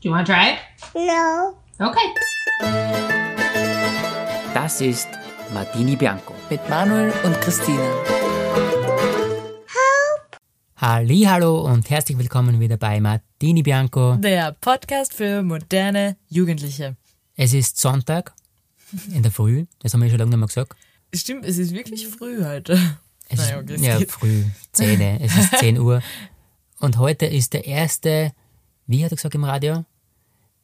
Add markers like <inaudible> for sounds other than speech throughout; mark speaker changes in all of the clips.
Speaker 1: Do you want to try it?
Speaker 2: No.
Speaker 1: Okay.
Speaker 3: Das ist Martini Bianco.
Speaker 4: mit Manuel und Christine.
Speaker 3: Hallo und herzlich willkommen wieder bei Martini Bianco.
Speaker 4: Der Podcast für moderne Jugendliche.
Speaker 3: Es ist Sonntag in der Früh, das haben wir schon lange nicht mehr gesagt.
Speaker 4: Stimmt, es ist wirklich früh heute.
Speaker 3: Es
Speaker 4: Naja, okay, es
Speaker 3: ist ja,
Speaker 4: geht.
Speaker 3: früh, 10, es ist 10 Uhr. Und heute ist der erste, wie hat er gesagt im Radio?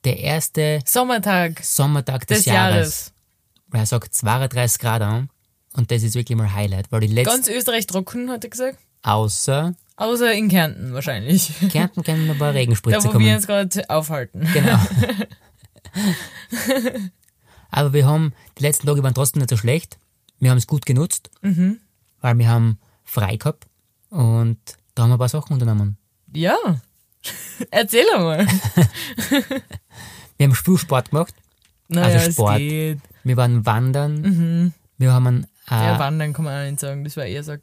Speaker 3: Der erste
Speaker 4: Sommertag
Speaker 3: Sommertag des,
Speaker 4: des Jahres.
Speaker 3: Weil er sagt 32 Grad an und das ist wirklich mal Highlight, weil die letzte,
Speaker 4: Ganz Österreich trocken, hat er gesagt.
Speaker 3: außer
Speaker 4: Außer in Kärnten wahrscheinlich.
Speaker 3: Kärnten können ein paar
Speaker 4: Da,
Speaker 3: Regenspritze
Speaker 4: wo wir
Speaker 3: kommen.
Speaker 4: uns gerade aufhalten.
Speaker 3: Genau. Aber wir haben, die letzten Tage waren trotzdem nicht so schlecht. Wir haben es gut genutzt, weil wir haben frei gehabt und da haben wir ein paar Sachen unternommen.
Speaker 4: Ja. Erzähl einmal.
Speaker 3: Wir haben viel Sport gemacht,
Speaker 4: Naja,
Speaker 3: Sport.
Speaker 4: es geht.
Speaker 3: wir waren wandern, wir haben einen
Speaker 4: Ja,
Speaker 3: äh,
Speaker 4: wandern kann man auch nicht sagen. Das war eher so ein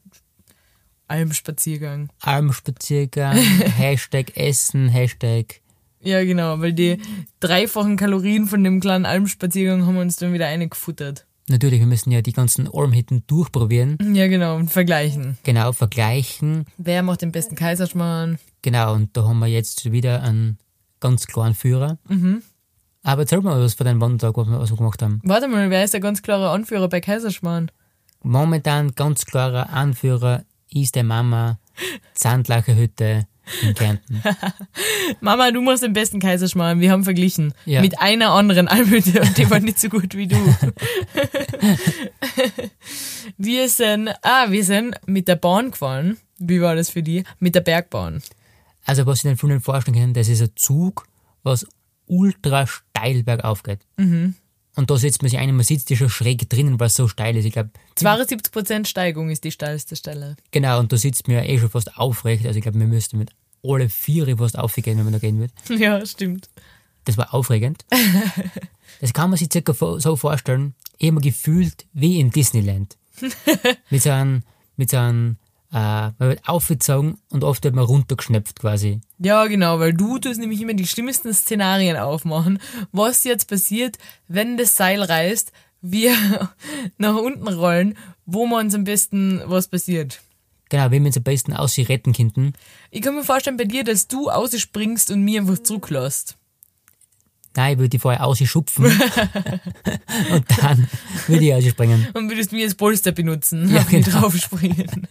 Speaker 4: Almspaziergang.
Speaker 3: Almspaziergang, Hashtag Essen, Hashtag
Speaker 4: Ja, genau, weil die dreifachen Kalorien von dem kleinen Almspaziergang haben wir uns dann wieder eingefuttert.
Speaker 3: Natürlich, wir müssen ja die ganzen Almhitten durchprobieren,
Speaker 4: Ja, genau, und vergleichen.
Speaker 3: genau vergleichen.
Speaker 4: Wer macht den besten Kaiserschmarrn?
Speaker 3: Genau, und da haben wir jetzt wieder einen ganz klaren Führer. Aber erzähl mal was von deinem Wandertag, was wir was wir gemacht haben.
Speaker 4: Warte mal, wer ist der ganz klare Anführer bei Kaiserschmarrn?
Speaker 3: Momentan ganz klarer Anführer ist der Mama Zandlacher Hütte in Kärnten.
Speaker 4: Mama, du machst den besten Kaiserschmarrn. Wir haben verglichen.
Speaker 3: Ja.
Speaker 4: Mit einer anderen Almhütte und die war nicht so gut <laughs> wie du. wir sind, ah, wir sind mit der Bahn gefahren. Wie war das für die? Mit der Bergbahn.
Speaker 3: Also was ich den vielen vorstellen kann, das ist ein Zug, was ultra steil bergauf geht. Und da sitzt man sich ein, und man sitzt ja schon schräg drinnen, weil es so steil ist. Ich glaube,
Speaker 4: 72% Steigung ist die steilste Stelle.
Speaker 3: genau, und da sitzt man ja eh schon fast aufrecht. Also ich glaube, wir müssten mit alle Viere fast aufgehen, wenn man da gehen wird.
Speaker 4: ja, stimmt.
Speaker 3: Das war
Speaker 4: <laughs>
Speaker 3: aufregend. Das kann man sich circa vo- so vorstellen, immer gefühlt wie in
Speaker 4: <laughs>
Speaker 3: Disneyland. mit so einem, mit so einem äh, man wird aufgezogen und oft wird man runtergeschnöpft quasi.
Speaker 4: Ja, genau, weil du tust nämlich immer die schlimmsten Szenarien aufmachen. Was jetzt passiert, wenn das Seil reißt, wir <laughs> nach unten rollen, wo man uns am besten was passiert.
Speaker 3: Genau, wie wir uns am besten aus sie retten könnten.
Speaker 4: Ich kann mir vorstellen bei dir, dass du ausspringst und mir einfach zurücklässt.
Speaker 3: Nein, ich würde die vorher aus sie
Speaker 4: <laughs>
Speaker 3: schupfen. und dann würde ich ausspringen.
Speaker 4: Und würdest mir als Polster benutzen,
Speaker 3: Ja,
Speaker 4: auf die
Speaker 3: genau.
Speaker 4: draufspringen.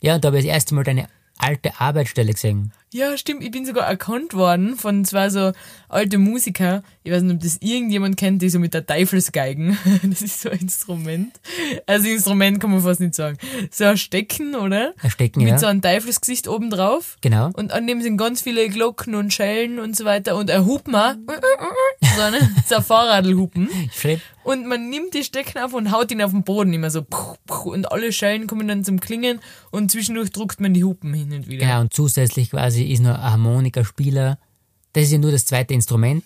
Speaker 3: Ja, und da habe ich das erste Mal deine alte Arbeitsstelle gesehen.
Speaker 4: Ja, stimmt, ich bin sogar erkannt worden von zwei so alte Musiker. Ich weiß nicht, ob das irgendjemand kennt, die so mit der Teufelsgeigen. <laughs> Das ist so ein Instrument. Also Instrument kann man fast nicht sagen. So ein Stecken, oder?
Speaker 3: Ein Stecken,
Speaker 4: Mit
Speaker 3: ja.
Speaker 4: so einem Teufelsgesicht oben drauf.
Speaker 3: genau.
Speaker 4: Und an dem sind ganz viele Glocken und Schellen und so weiter. Und ein Hupmer.
Speaker 3: <laughs>
Speaker 4: So, ne? So ein Fahrradlhupen.
Speaker 3: Schritt.
Speaker 4: Und man nimmt die Stecken auf und haut ihn auf den Boden immer so. puch, puch. Und alle Schellen kommen dann zum Klingen und zwischendurch druckt man die Hupen hin und wieder.
Speaker 3: Genau, und zusätzlich quasi ist noch ein Harmonikaspieler. Das ist ja nur das zweite Instrument.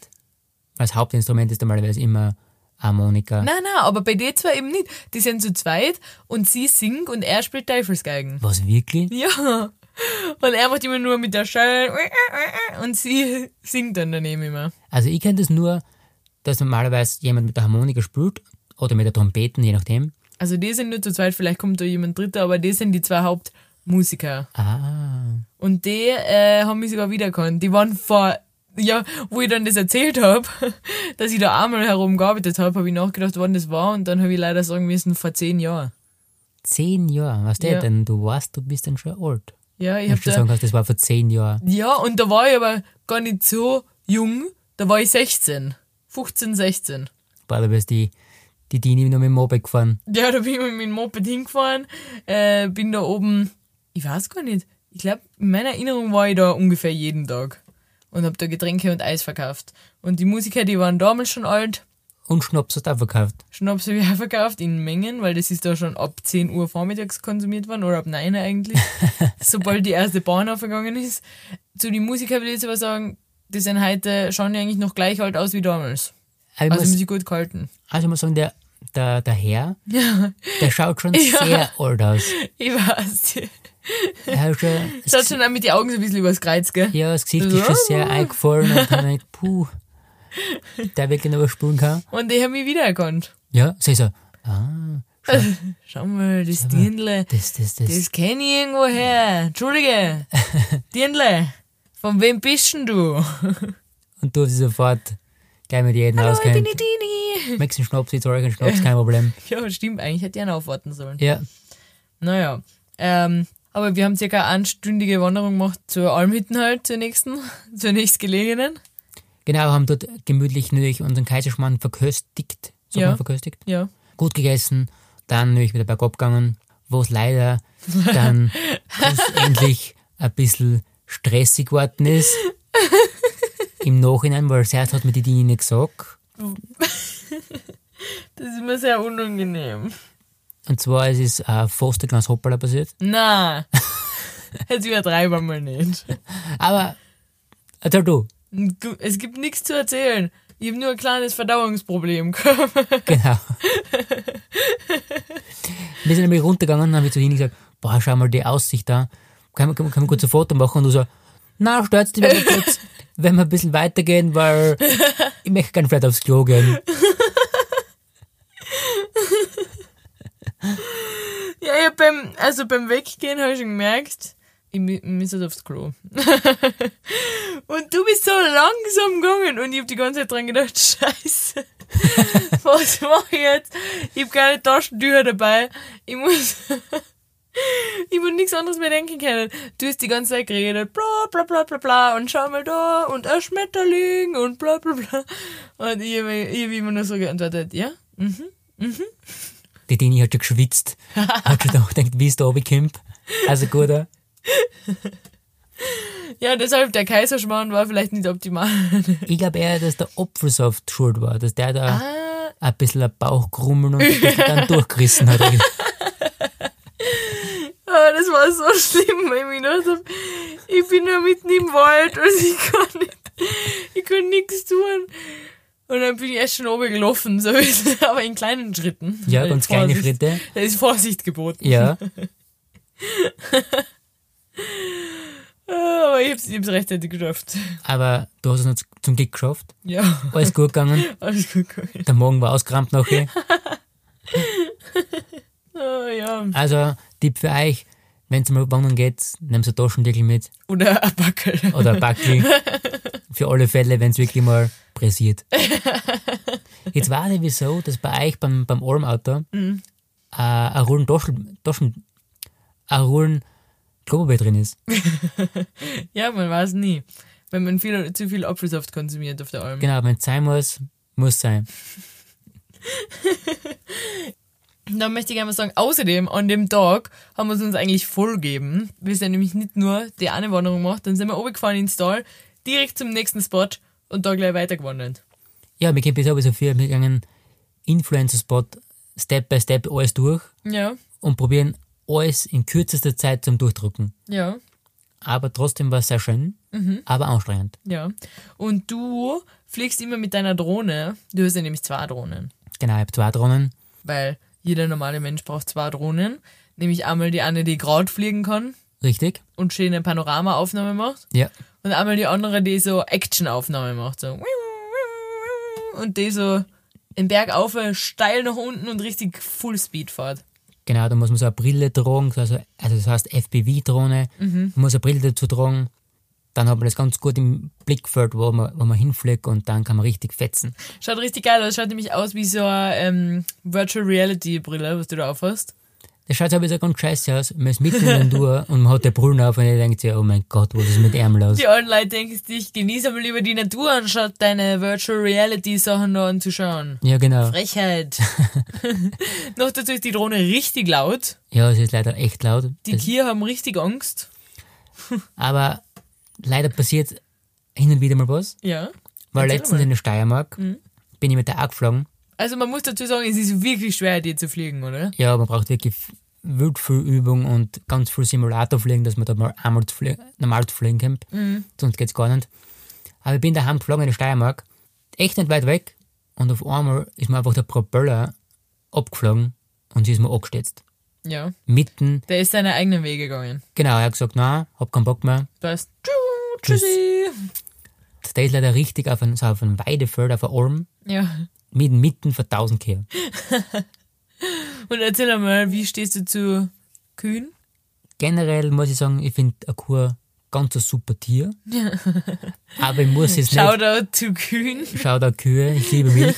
Speaker 3: weil Das Hauptinstrument ist normalerweise immer Harmonika.
Speaker 4: Nein, nein, aber bei dir zwei eben nicht. Die sind zu zweit und sie singt und er spielt Teufelsgeigen.
Speaker 3: Was wirklich?
Speaker 4: Ja. Und er macht immer nur mit der Schelle und sie singt dann daneben immer.
Speaker 3: Also ich kenne das nur, dass normalerweise jemand mit der Harmonika spielt oder mit der Trompeten, je nachdem.
Speaker 4: Also die sind nur zu zweit, vielleicht kommt da jemand dritter, aber die sind die zwei Hauptmusiker.
Speaker 3: Ah.
Speaker 4: Und die äh, haben mich sogar wiedererkannt. Die waren vor, ja, wo ich dann das erzählt habe, <laughs> dass ich da einmal herumgearbeitet habe, habe ich nachgedacht, wann das war und dann habe ich leider sagen müssen, vor zehn Jahren.
Speaker 3: Zehn Jahre, weißt du?
Speaker 4: Ja.
Speaker 3: Denn du weißt, du bist dann schon alt.
Speaker 4: Ja, ich
Speaker 3: Ich
Speaker 4: habe
Speaker 3: hab schon
Speaker 4: da
Speaker 3: sagen kannst, das war vor zehn Jahren.
Speaker 4: Ja, und da war ich aber gar nicht so jung. Da war ich 16. 15, 16.
Speaker 3: Boah, da bist die, die Dini noch mit dem Moped gefahren.
Speaker 4: Ja, da bin ich mit dem Moped hingefahren. Äh, bin da oben, ich weiß gar nicht. Ich glaube, in meiner Erinnerung war ich da ungefähr jeden Tag. Und hab da Getränke und Eis verkauft. Und die Musiker, die waren damals schon alt.
Speaker 3: Und Schnaps hast du auch verkauft.
Speaker 4: Schnaps habe ich auch <laughs> verkauft in Mengen, weil das ist da schon ab 10 Uhr vormittags konsumiert worden oder ab 9 Uhr <laughs> eigentlich, sobald die erste Bahn aufgegangen ist. Zu den Musikern will ich jetzt aber sagen, die sind heute, schauen ja eigentlich noch gleich alt aus wie damals.
Speaker 3: Aber ich
Speaker 4: Also haben
Speaker 3: muss,
Speaker 4: sie gut gehalten.
Speaker 3: also ich muss sagen, der,
Speaker 4: <laughs>
Speaker 3: <laughs> der, der Herr, der schaut schon sehr alt aus.
Speaker 4: Ich weiß.
Speaker 3: Er
Speaker 4: <laughs>
Speaker 3: hat schon,
Speaker 4: Es hat schon auch mit den Augen so ein bisschen übers Kreuz, gell?
Speaker 3: ja, das Gesicht ist schon sehr eingefallen und dann denkt, puh, der will genau spulen kann.
Speaker 4: Und die haben mich wiedererkannt.
Speaker 3: Ja, so ich so, ah,
Speaker 4: Schau mal, das Dirndl,
Speaker 3: das, das, das.
Speaker 4: das kenne ich irgendwo her. <laughs> Entschuldige, Dirndl, von wem bist denn du?
Speaker 3: Und du hast dich sofort gleich mit jedem
Speaker 4: Hallo, ich bin
Speaker 3: auskennen.
Speaker 4: die Dini.
Speaker 3: Mix einen Schnaps, ich zeige einen Schnaps, kein Problem.
Speaker 4: Ja, stimmt, eigentlich hätte ich einen aufwarten sollen.
Speaker 3: Ja,
Speaker 4: Naja, ähm, aber wir haben circa eine einstündige Wanderung gemacht zur Almhütten halt, zur nächsten, <laughs> zur nächstgelegenen.
Speaker 3: genau, haben dort gemütlich natürlich unseren Kaiserschmarrn verköstigt. Sagt
Speaker 4: Ja.
Speaker 3: man verköstigt?
Speaker 4: Ja.
Speaker 3: gut gegessen, dann bin ich wieder bergab gegangen, wo es leider dann schlussendlich ein bisschen stressig geworden ist. Im Nachhinein, weil zuerst hat mir die Dini nicht gesagt.
Speaker 4: Das ist mir sehr unangenehm.
Speaker 3: Und zwar es ist äh, fast ein kleines Hoppala passiert.
Speaker 4: Na, <laughs> jetzt übertreiben wir mal nicht.
Speaker 3: Aber erzähl du,
Speaker 4: Gu- Es gibt nichts zu erzählen. Ich habe nur ein kleines Verdauungsproblem gehabt. <laughs>
Speaker 3: genau. Wir sind nämlich runtergegangen und haben wir zu Dini gesagt, boah, schau mal die Aussicht da. Kann man, kann man, kann man kurz ein Foto machen? Und du so, na, stört's dich wieder
Speaker 4: <laughs>
Speaker 3: kurz, wenn wir ein bisschen weitergehen, weil ich möchte gerne vielleicht aufs Klo gehen.
Speaker 4: Ja, ich hab beim, also beim Weggehen habe ich schon gemerkt, ich mi- muss jetzt aufs Klo. <laughs> und du bist so langsam gegangen und ich hab die ganze Zeit dran gedacht, <laughs> scheiße, was mache ich jetzt? Ich hab keine Taschentücher dabei. Ich muss... <laughs> Ich würde nichts anderes mehr denken können. Du hast die ganze Zeit geredet, bla bla bla bla bla und schau mal da und ein Schmetterling und bla bla bla. Und ich habe hab immer nur so geantwortet, ja? Mhm.
Speaker 3: Die Dini hat schon geschwitzt. hat schon gedacht, denkt, wie ist der Obi-Kimp? Also gut, oder?
Speaker 4: Ja, deshalb der Kaiserschmarrn war vielleicht nicht optimal.
Speaker 3: Ich glaube eher, dass der Apfelsaft schuld war, dass der da
Speaker 4: Ah,
Speaker 3: ein bisschen ein Bauchkrummeln und ein bisschen
Speaker 4: <laughs>
Speaker 3: dann durchgerissen hat.
Speaker 4: ah, das war so <laughs> schlimm, weil ich mir gedacht hab, ich bin nur mitten im Wald und ich kann nicht, ich kann nichts tun. Und dann bin ich erst schon oben gelaufen, so <laughs> ist- aber in kleinen Schritten.
Speaker 3: Ja, ganz kleine
Speaker 4: Vorsicht.
Speaker 3: Schritte.
Speaker 4: Da ist Vorsicht geboten.
Speaker 3: Ja,
Speaker 4: Ah, Aber ich hab's, ich hab's rechtzeitig geschafft.
Speaker 3: aber du hast es noch z- zum Glück geschafft.
Speaker 4: Ja,
Speaker 3: Alles gut gegangen.
Speaker 4: <laughs> alles gut gegangen.
Speaker 3: Der Morgen war ausgerammt eh. nachher.
Speaker 4: Ah, ja.
Speaker 3: Also, Tipp für euch, wenn ihr mal wandern geht, nehmt ein Taschendeckel mit
Speaker 4: Oder ein Backel.
Speaker 3: oder ein Backli. Für alle Fälle, wenn es wirklich mal pressiert. Jetzt weiß ich wieso, dass bei euch beim, beim Almauto äh, ein Rollen Taschen, Taschen, ein Rollen Klopapier drin ist.
Speaker 4: Ja, man weiß nie. Wenn man viel, zu viel Apfelsaft konsumiert auf der Alm.
Speaker 3: Genau, wenn es sein muss, muss sein.
Speaker 4: Dann möchte ich gerne mal sagen, außerdem an dem Tag haben wir es uns eigentlich vollgeben. Wir sind nämlich nicht nur die eine Wanderung gemacht, dann sind wir runtergefahren ins Tal, direkt zum nächsten Spot und da gleich weitergewandert.
Speaker 3: Ja, wir gehen bis so viel, wir gehen Influencer-Spot Step by Step alles durch
Speaker 4: Ja,
Speaker 3: und probieren alles in kürzester Zeit zum Durchdrücken.
Speaker 4: ja,
Speaker 3: Aber trotzdem war es sehr schön,
Speaker 4: Mhm.
Speaker 3: aber anstrengend.
Speaker 4: ja. Und du fliegst immer mit deiner Drohne. Du hast ja nämlich zwei Drohnen,
Speaker 3: Genau, ich habe zwei Drohnen.
Speaker 4: weil jeder normale Mensch braucht zwei Drohnen. Nämlich einmal die eine, die gerade fliegen kann
Speaker 3: Richtig?
Speaker 4: und schöne Panoramaaufnahme macht.
Speaker 3: Ja.
Speaker 4: Und einmal die andere, die so Actionaufnahme macht. So. Und die so den Berg auf, steil nach unten und richtig Fullspeed fährt.
Speaker 3: Genau, da muss man so eine Brille tragen, also, also das heißt FPV-Drohne,
Speaker 4: Mhm.
Speaker 3: man muss eine Brille dazu tragen, dann hat man das ganz gut im Blickfeld, wo man, wo man hinfliegt und dann kann man richtig fetzen.
Speaker 4: Schaut richtig geil aus. Schaut nämlich aus wie so eine ähm, Virtual Reality Brille, was du da aufhast.
Speaker 3: Das schaut aber so ganz scheiße aus, man ist mitten in der
Speaker 4: <laughs>
Speaker 3: Tour und man hat den Brüllen auf und ihr denkt sich, oh mein Gott, was ist mit ihm los?
Speaker 4: Die alten Leute denken sich, genieße mal lieber die Natur, anstatt deine Virtual Reality Sachen da anzuschauen.
Speaker 3: Ja, genau.
Speaker 4: Frechheit. noch dazu ist die Drohne richtig laut.
Speaker 3: Ja, es ist leider echt laut.
Speaker 4: Die
Speaker 3: Das,
Speaker 4: Tiere haben richtig Angst.
Speaker 3: aber leider passiert hin und wieder mal was.
Speaker 4: Ja.
Speaker 3: Weil
Speaker 4: Erzähl
Speaker 3: letztens
Speaker 4: mal. Mhm.
Speaker 3: in der Steiermark bin ich mit der A geflogen. Also
Speaker 4: Also man muss dazu sagen, es ist wirklich schwer, die zu fliegen, oder?
Speaker 3: Ja, man braucht wirklich wild viel Übung und ganz viel Simulator fliegen, dass man da mal einmal zu flie normal zu fliegen kann. Sonst geht's gar nicht. Aber ich bin daheim geflogen in der Steiermark, echt nicht weit weg und auf einmal ist mir einfach der Propeller abgeflogen und sie ist mir angestürzt.
Speaker 4: Ja.
Speaker 3: mitten.
Speaker 4: Der ist seine eigenen Wege gegangen.
Speaker 3: Genau, er hat gesagt, na, hab keinen Bock mehr.
Speaker 4: Passt. Tschu- Tschüssi.
Speaker 3: Der ist leider richtig auf einem, so auf einem Weidefeld, auf einem Arm,
Speaker 4: Ja.
Speaker 3: mitten, mitten vor 1000 Kühen.
Speaker 4: Und erzähl einmal, wie stehst du zu Kühen?
Speaker 3: Generell muss ich sagen, ich finde eine Kuh ganz ein super Tier. Aber ich muss jetzt nicht.
Speaker 4: Shoutout zu Kühen.
Speaker 3: Schau da Kühe, ich liebe Milch.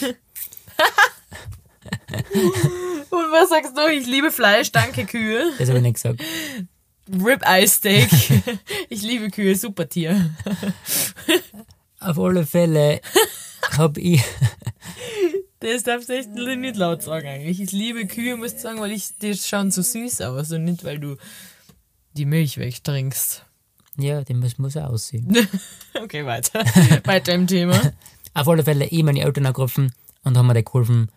Speaker 4: Und was sagst du? Ich liebe Fleisch, danke Kühe.
Speaker 3: Das habe ich nicht gesagt.
Speaker 4: Rib-Eye Steak. Ich liebe Kühe, super Tier.
Speaker 3: Auf alle Fälle habe ich.
Speaker 4: Das darfst du echt nicht laut sagen eigentlich. Ich liebe Kühe, musst du sagen, weil ich, die schauen so süß aus und nicht, weil du die Milch wegtrinkst.
Speaker 3: Ja, dem muss, muss er aussehen.
Speaker 4: Okay, weiter. weiter im Thema.
Speaker 3: Auf alle Fälle ich meine Eltern angerufen und haben mir dann geholfen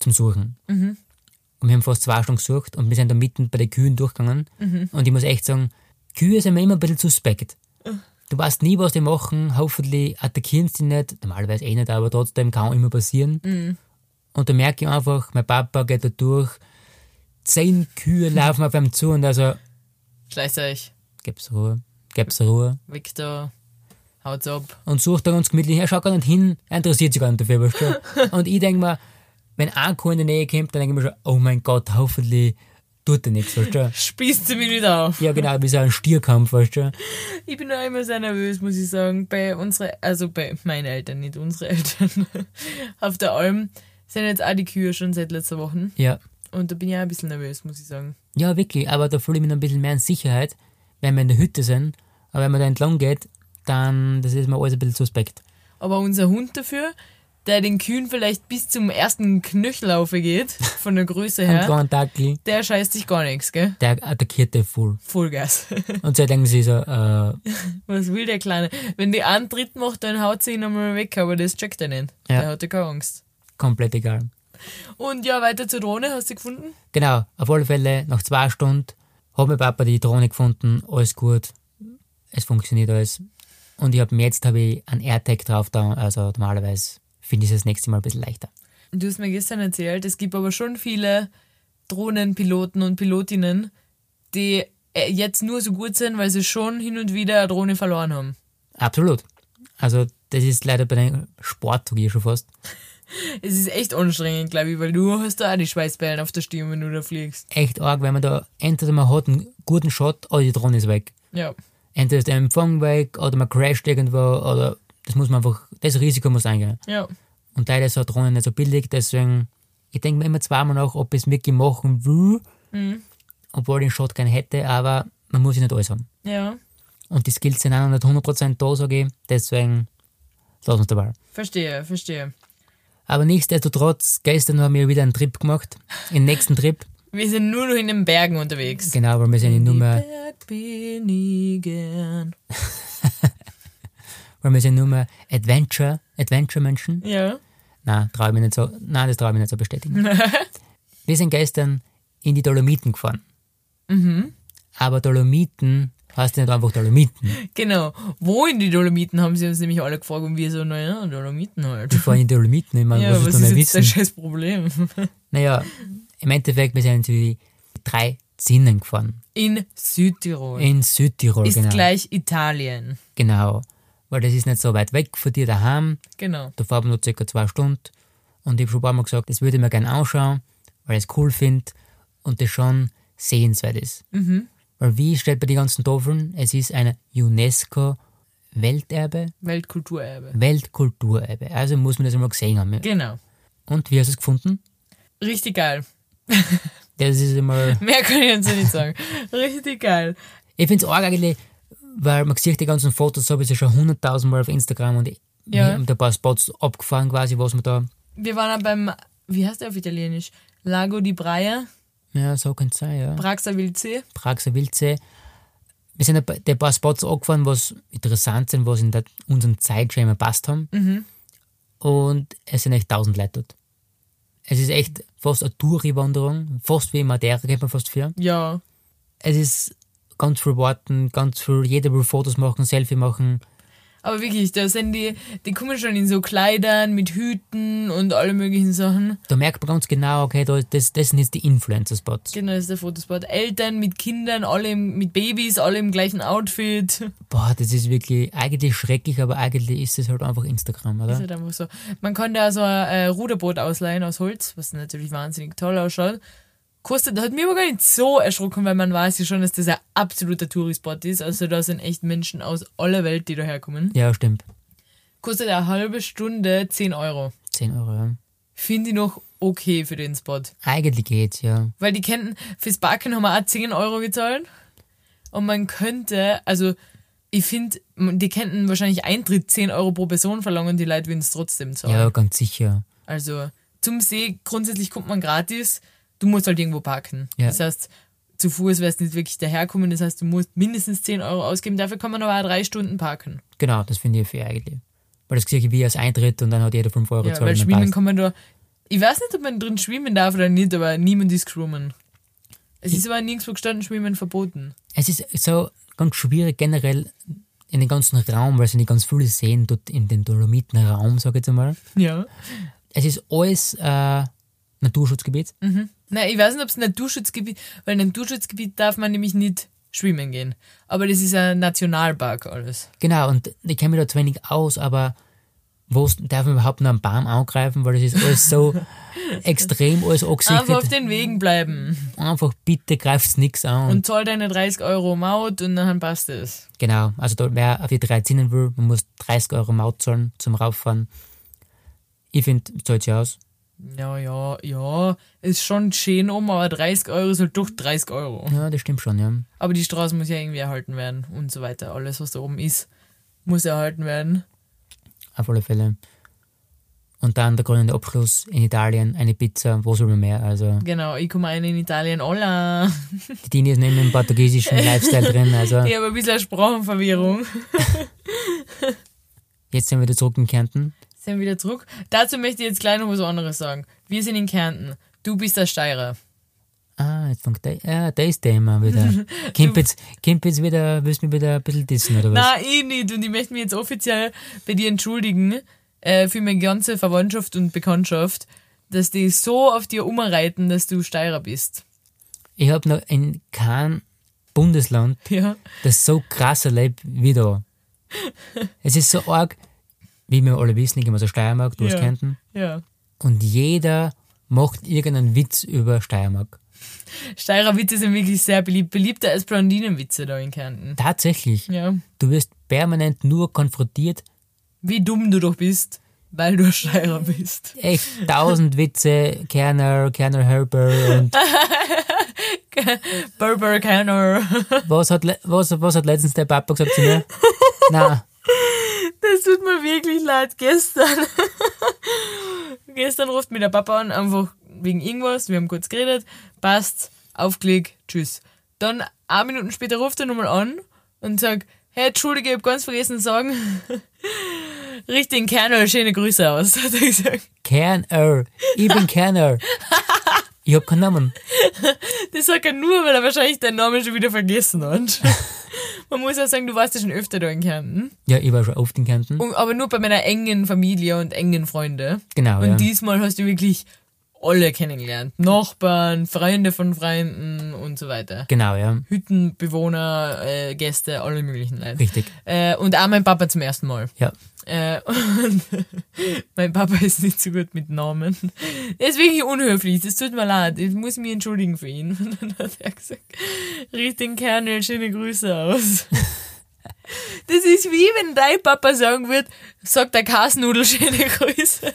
Speaker 3: zum Suchen. Und wir haben fast zwei Stunden gesucht und wir sind da mitten bei den Kühen durchgegangen. Und ich muss echt sagen, Kühe sind mir immer ein bisschen suspekt. Du weißt nie, was die machen, hoffentlich attackieren sie nicht, normalerweise eh nicht, aber trotzdem kann immer passieren. Und da merke ich einfach, mein Papa geht da durch, zehn Kühe laufen auf einem zu und also,
Speaker 4: Schleiß euch.
Speaker 3: gib's Ruhe, gib's Ruhe.
Speaker 4: Victor, haut's ab.
Speaker 3: und sucht da ganz gemütlich her, schaut gar nicht hin, er interessiert sich gar nicht dafür, weißt du? Und ich denke mir, wenn ein Kuh in die Nähe kommt, dann denke ich mir schon, oh mein Gott, hoffentlich tut er nichts, weißt du?
Speaker 4: Spießt sie mich nicht auf.
Speaker 3: Ja, genau, wie so ein Stierkampf, weißt du?
Speaker 4: Ich bin auch immer sehr nervös, muss ich sagen. Bei unsere, also bei meinen Eltern, nicht unsere <laughs> Eltern. Auf der Alm sind jetzt auch die Kühe schon seit letzter Woche.
Speaker 3: Ja.
Speaker 4: Und da bin ich auch ein bisschen nervös, muss ich sagen.
Speaker 3: Ja, wirklich, aber da fühle ich mich noch ein bisschen mehr in Sicherheit, wenn wir in der Hütte sind. Aber wenn man da entlang geht, dann, das ist mir alles ein bisschen suspekt.
Speaker 4: Aber unser Hund dafür, der den Kühen vielleicht bis zum ersten Knöchellaufe geht, von der Größe
Speaker 3: Ja. Ein
Speaker 4: her,
Speaker 3: kleiner Dackel,
Speaker 4: der scheißt sich gar nichts, gell?
Speaker 3: der attackiert den voll.
Speaker 4: Vollgas. <laughs>
Speaker 3: Und so denken sie so, äh,
Speaker 4: Was will der Kleine? Wenn die einen Tritt macht, dann haut sie ihn einmal weg, aber das checkt er nicht.
Speaker 3: Ja.
Speaker 4: Der hat ja keine Angst.
Speaker 3: komplett egal.
Speaker 4: Und ja, weiter zur Drohne, hast du gefunden?
Speaker 3: Genau, auf alle Fälle, nach zwei Stunden hat mein Papa die Drohne gefunden, alles gut, es funktioniert alles. Und ich habe jetzt habe ich einen AirTag drauf da, also normalerweise finde ich es das nächste Mal ein bisschen leichter.
Speaker 4: Du hast mir gestern erzählt, es gibt aber schon viele Drohnenpiloten und Pilotinnen, die äh, jetzt nur so gut sind, weil sie schon hin und wieder eine Drohne verloren haben.
Speaker 3: Absolut. Also das ist leider bei den Sportturnier schon fast.
Speaker 4: Es ist echt anstrengend, glaube ich, weil du hast da auch die Schweißperlen auf der Stirn, wenn du da fliegst.
Speaker 3: Echt arg, wenn man da entweder man hat einen guten Shot oder die Drohne ist weg.
Speaker 4: Ja.
Speaker 3: Entweder ist der Empfang weg oder man crasht irgendwo oder das muss man einfach, das Risiko muss eingehen.
Speaker 4: Ja.
Speaker 3: Und leider ist so eine Drohne nicht so billig, deswegen, ich denke mir immer zweimal nach, ob ich es wirklich machen will, obwohl ich einen Shotgun hätte, aber man muss sich nicht alles haben.
Speaker 4: Ja.
Speaker 3: Und die Skills sind auch noch nicht 100% da, sage ich, deswegen lassen wir es dabei.
Speaker 4: Verstehe, verstehe.
Speaker 3: Aber nichtsdestotrotz, gestern haben wir wieder einen Trip gemacht, den nächsten Trip,
Speaker 4: Wir sind nur noch in den Bergen unterwegs.
Speaker 3: genau, weil wir sind ja nur mehr,
Speaker 4: Bergbinigen.
Speaker 3: weil wir sind nur mehr Adventure, Adventure-Menschen.
Speaker 4: Ja.
Speaker 3: Nein, trau ich mich nicht so, nein, das traue ich mich nicht so
Speaker 4: <laughs>
Speaker 3: bestätigen. wir sind gestern in die Dolomiten gefahren.
Speaker 4: Mhm.
Speaker 3: Aber Dolomiten heißt ja nicht einfach Dolomiten.
Speaker 4: Genau. Wo in die Dolomiten haben sie uns nämlich alle gefragt und wir so, naja, Dolomiten halt.
Speaker 3: Die fahren in die Dolomiten, ich meine,
Speaker 4: Ja,
Speaker 3: was
Speaker 4: was
Speaker 3: ist da
Speaker 4: ist
Speaker 3: nicht
Speaker 4: jetzt das
Speaker 3: wissen?
Speaker 4: scheiß Problem?
Speaker 3: Naja, im Endeffekt, wir sind die drei Zinnen gefahren.
Speaker 4: In Südtirol.
Speaker 3: In Südtirol,
Speaker 4: ist
Speaker 3: genau.
Speaker 4: gleich Italien.
Speaker 3: Genau. Weil das ist nicht so weit weg von dir daheim.
Speaker 4: Genau.
Speaker 3: Da fahren wir nur circa zwei Stunden. Und ich habe schon ein paar Mal gesagt, das würde ich mir gerne anschauen, weil ich es cool finde und das schon sehenswert ist. Weil wie steht bei den ganzen Tafeln? Es ist eine UNESCO-Welterbe,
Speaker 4: Weltkulturerbe.
Speaker 3: Weltkulturerbe. Also muss man das einmal gesehen haben.
Speaker 4: Genau.
Speaker 3: Und wie hast du es gefunden?
Speaker 4: Richtig geil.
Speaker 3: Das ist einmal...
Speaker 4: Mehr kann ich uns
Speaker 3: <laughs>
Speaker 4: nicht sagen. Richtig geil.
Speaker 3: Ich finde es arg eigentlich, weil man sieht die ganzen Fotos, habe ich ja schon hunderttausendmal auf Instagram und wir
Speaker 4: Ja.
Speaker 3: haben da ein paar Spots abgefahren quasi, was man da,
Speaker 4: Wir waren ja beim, wie heißt der auf Italienisch? Lago di Braia,
Speaker 3: ja, so kann es sein, ja.
Speaker 4: Praxa Vilce.
Speaker 3: Praxer Wildsee. Wir sind ein paar- ein paar Spots angefahren, was interessant sind, was in der, unseren Zeitschema passt haben. Und es sind echt tausend Leute dort. Es ist echt fast eine Touri-Wanderung, fast wie in Madeira, geht man fast für.
Speaker 4: Ja.
Speaker 3: Es ist ganz viel Worten, ganz viel, jeder will Fotos machen, Selfie machen.
Speaker 4: Aber wirklich, da sind die, die kommen schon in so Kleidern mit Hüten und alle möglichen Sachen.
Speaker 3: Da merkt man ganz genau, okay, da, das, das sind jetzt die Influencer-Spots.
Speaker 4: Genau, das ist der Fotospot. Eltern mit Kindern, alle im, mit Babys, alle im gleichen Outfit.
Speaker 3: Boah, das ist wirklich eigentlich schrecklich, aber eigentlich ist es halt einfach Instagram,
Speaker 4: Das
Speaker 3: oder?
Speaker 4: ist halt einfach so. Man kann da so ein äh, Ruderboot ausleihen aus Holz, was natürlich wahnsinnig toll ausschaut. Kostet, hat mir aber gar nicht so erschrocken, weil man weiß ja schon, dass das ein absoluter Tourispot ist. Also da sind echt Menschen aus aller Welt, die da herkommen.
Speaker 3: Ja, stimmt.
Speaker 4: Kostet eine halbe Stunde 10 Euro.
Speaker 3: 10 Euro, ja.
Speaker 4: Finde ich noch okay für den Spot.
Speaker 3: Eigentlich geht's, ja.
Speaker 4: Weil die könnten, fürs Parken haben wir auch 10 Euro gezahlt. Und man könnte, also ich finde, die könnten wahrscheinlich Eintritt 10 Euro pro Person verlangen und die Leute würden es trotzdem zahlen.
Speaker 3: Ja, ganz sicher.
Speaker 4: Also zum See grundsätzlich kommt man gratis, du musst halt irgendwo parken.
Speaker 3: Ja.
Speaker 4: Das heißt, zu Fuß wärst nicht wirklich daherkommen, das heißt, du musst mindestens 10 Euro ausgeben, dafür kann man aber auch drei Stunden parken.
Speaker 3: Genau, das finde ich fair eigentlich. Weil das gesehen wie als Eintritt und dann hat jeder 5 Euro
Speaker 4: Ja,
Speaker 3: gezahlt.
Speaker 4: weil
Speaker 3: und
Speaker 4: schwimmen
Speaker 3: dann passt.
Speaker 4: kann man da. Ich weiß nicht, ob man drin schwimmen darf oder nicht, aber niemand ist schwimmen. Es ist aber nirgendwo gestanden, Schwimmen verboten.
Speaker 3: Es ist so ganz schwierig generell in den ganzen Raum, weil es nicht ganz viele sehen dort in den Dolomitenraum, sage ich jetzt einmal.
Speaker 4: Ja.
Speaker 3: Es ist alles äh, Naturschutzgebiet.
Speaker 4: Mhm. Nein, ich weiß nicht, ob es Naturschutzgebiet, weil in Naturschutzgebiet darf man nämlich nicht schwimmen gehen. Aber das ist ein Nationalpark alles.
Speaker 3: Genau, und ich kenne mich da zu wenig aus, aber wo s- darf man überhaupt noch einen Baum angreifen, weil das ist alles
Speaker 4: <laughs>
Speaker 3: so extrem, alles
Speaker 4: Einfach auf
Speaker 3: angesichtet.
Speaker 4: den Wegen bleiben.
Speaker 3: Einfach bitte greift nichts an.
Speaker 4: Und zahl deine 30 Euro Maut und dann passt es.
Speaker 3: Genau, also dort, wer auf die 13 will, man muss 30 Euro Maut zahlen zum Rauffahren. Ich finde, zahlt sich aus.
Speaker 4: Ja, ja, ja. Ist schon schön um, aber 30 Euro ist halt doch 30 Euro.
Speaker 3: Ja, das stimmt schon, ja.
Speaker 4: Aber die Straße muss ja irgendwie erhalten werden und so weiter. Alles, was da oben ist, muss erhalten werden.
Speaker 3: Auf alle Fälle. Und dann der grüne Abschluss in Italien, eine Pizza, wo soll man mehr? Also,
Speaker 4: Genau, ich komme ein in Italien. Hola!
Speaker 3: die Dini ist nicht mehr im portugiesischen Lifestyle drin. Also,
Speaker 4: Ich habe ein bisschen Sprachenverwirrung.
Speaker 3: jetzt sind wir wieder zurück in Kärnten.
Speaker 4: Sind wir wieder zurück. Dazu möchte ich jetzt gleich noch was anderes sagen. Wir sind in Kärnten. Du bist der Steirer.
Speaker 3: Ah, jetzt fängt der, ah, da ist der immer wieder. Kimp jetzt, Kimp jetzt wieder, willst du mich wieder ein bisschen dissen oder was?
Speaker 4: Na, ich nicht. Und ich möchte mich jetzt offiziell bei dir entschuldigen äh, für meine ganze Verwandtschaft und Bekanntschaft, dass die so auf dir umreiten, dass du Steirer bist. <laughs>
Speaker 3: Ich habe noch in keinem Bundesland
Speaker 4: Ja.
Speaker 3: das so krass erlebt wie
Speaker 4: <laughs>
Speaker 3: da. Es ist so arg, wie wir alle wissen, ich komme aus der Steiermark, du aus
Speaker 4: Ja.
Speaker 3: Kärnten,
Speaker 4: Ja.
Speaker 3: und jeder macht irgendeinen Witz über Steiermark.
Speaker 4: Steirer Witze sind wirklich sehr beliebt. Beliebter als Blondinenwitze da in Kärnten.
Speaker 3: Tatsächlich,
Speaker 4: Ja.
Speaker 3: du wirst permanent nur konfrontiert,
Speaker 4: Wie dumm du doch bist, weil du <laughs> ein Steirer bist.
Speaker 3: echt
Speaker 4: <laughs>
Speaker 3: tausend Witze, Kerner, Kerner Herber und
Speaker 4: Berber Kenner.
Speaker 3: was hat, le- was, was hat letztens der Papa gesagt zu
Speaker 4: <laughs>
Speaker 3: mir? Na,
Speaker 4: Das tut mir wirklich leid. Gestern. <laughs> Gestern ruft mir der Papa an, einfach wegen irgendwas. Wir haben kurz geredet. Passt. Aufgelegt. Tschüss. Dann, ein Minuten später, ruft er nochmal an und sagt, hey, Entschuldige, ich hab ganz vergessen zu sagen. <laughs> Richte den Kernel schöne Grüße aus, <laughs> hat er gesagt.
Speaker 3: Kerner, ich bin Kerner. Ich hab keinen Namen.
Speaker 4: Das sagt er nur, weil er wahrscheinlich deinen Namen schon wieder vergessen hat. Man muss ja sagen, du warst ja schon öfter da in Kärnten.
Speaker 3: Ja, ich war schon oft in Kärnten.
Speaker 4: Und, aber nur bei meiner engen Familie und engen Freunde.
Speaker 3: Genau,
Speaker 4: Und
Speaker 3: ja.
Speaker 4: diesmal hast du wirklich alle kennengelernt. Nachbarn, Freunde von Freunden und so weiter.
Speaker 3: Genau, ja.
Speaker 4: Hüttenbewohner, äh, Gäste, alle möglichen Leute. <laughs>
Speaker 3: Richtig.
Speaker 4: Äh, und auch mein Papa zum ersten Mal.
Speaker 3: Ja.
Speaker 4: Äh, <laughs> und mein Papa ist nicht so gut mit Namen. Er ist wirklich unhöflich, das tut mir leid. Ich muss mich entschuldigen für ihn. <laughs> Und dann hat er gesagt, riech den Kernel schöne Grüße aus. <laughs> Das ist wie wenn dein Papa sagen wird, sagt der Kasnudel schöne Grüße.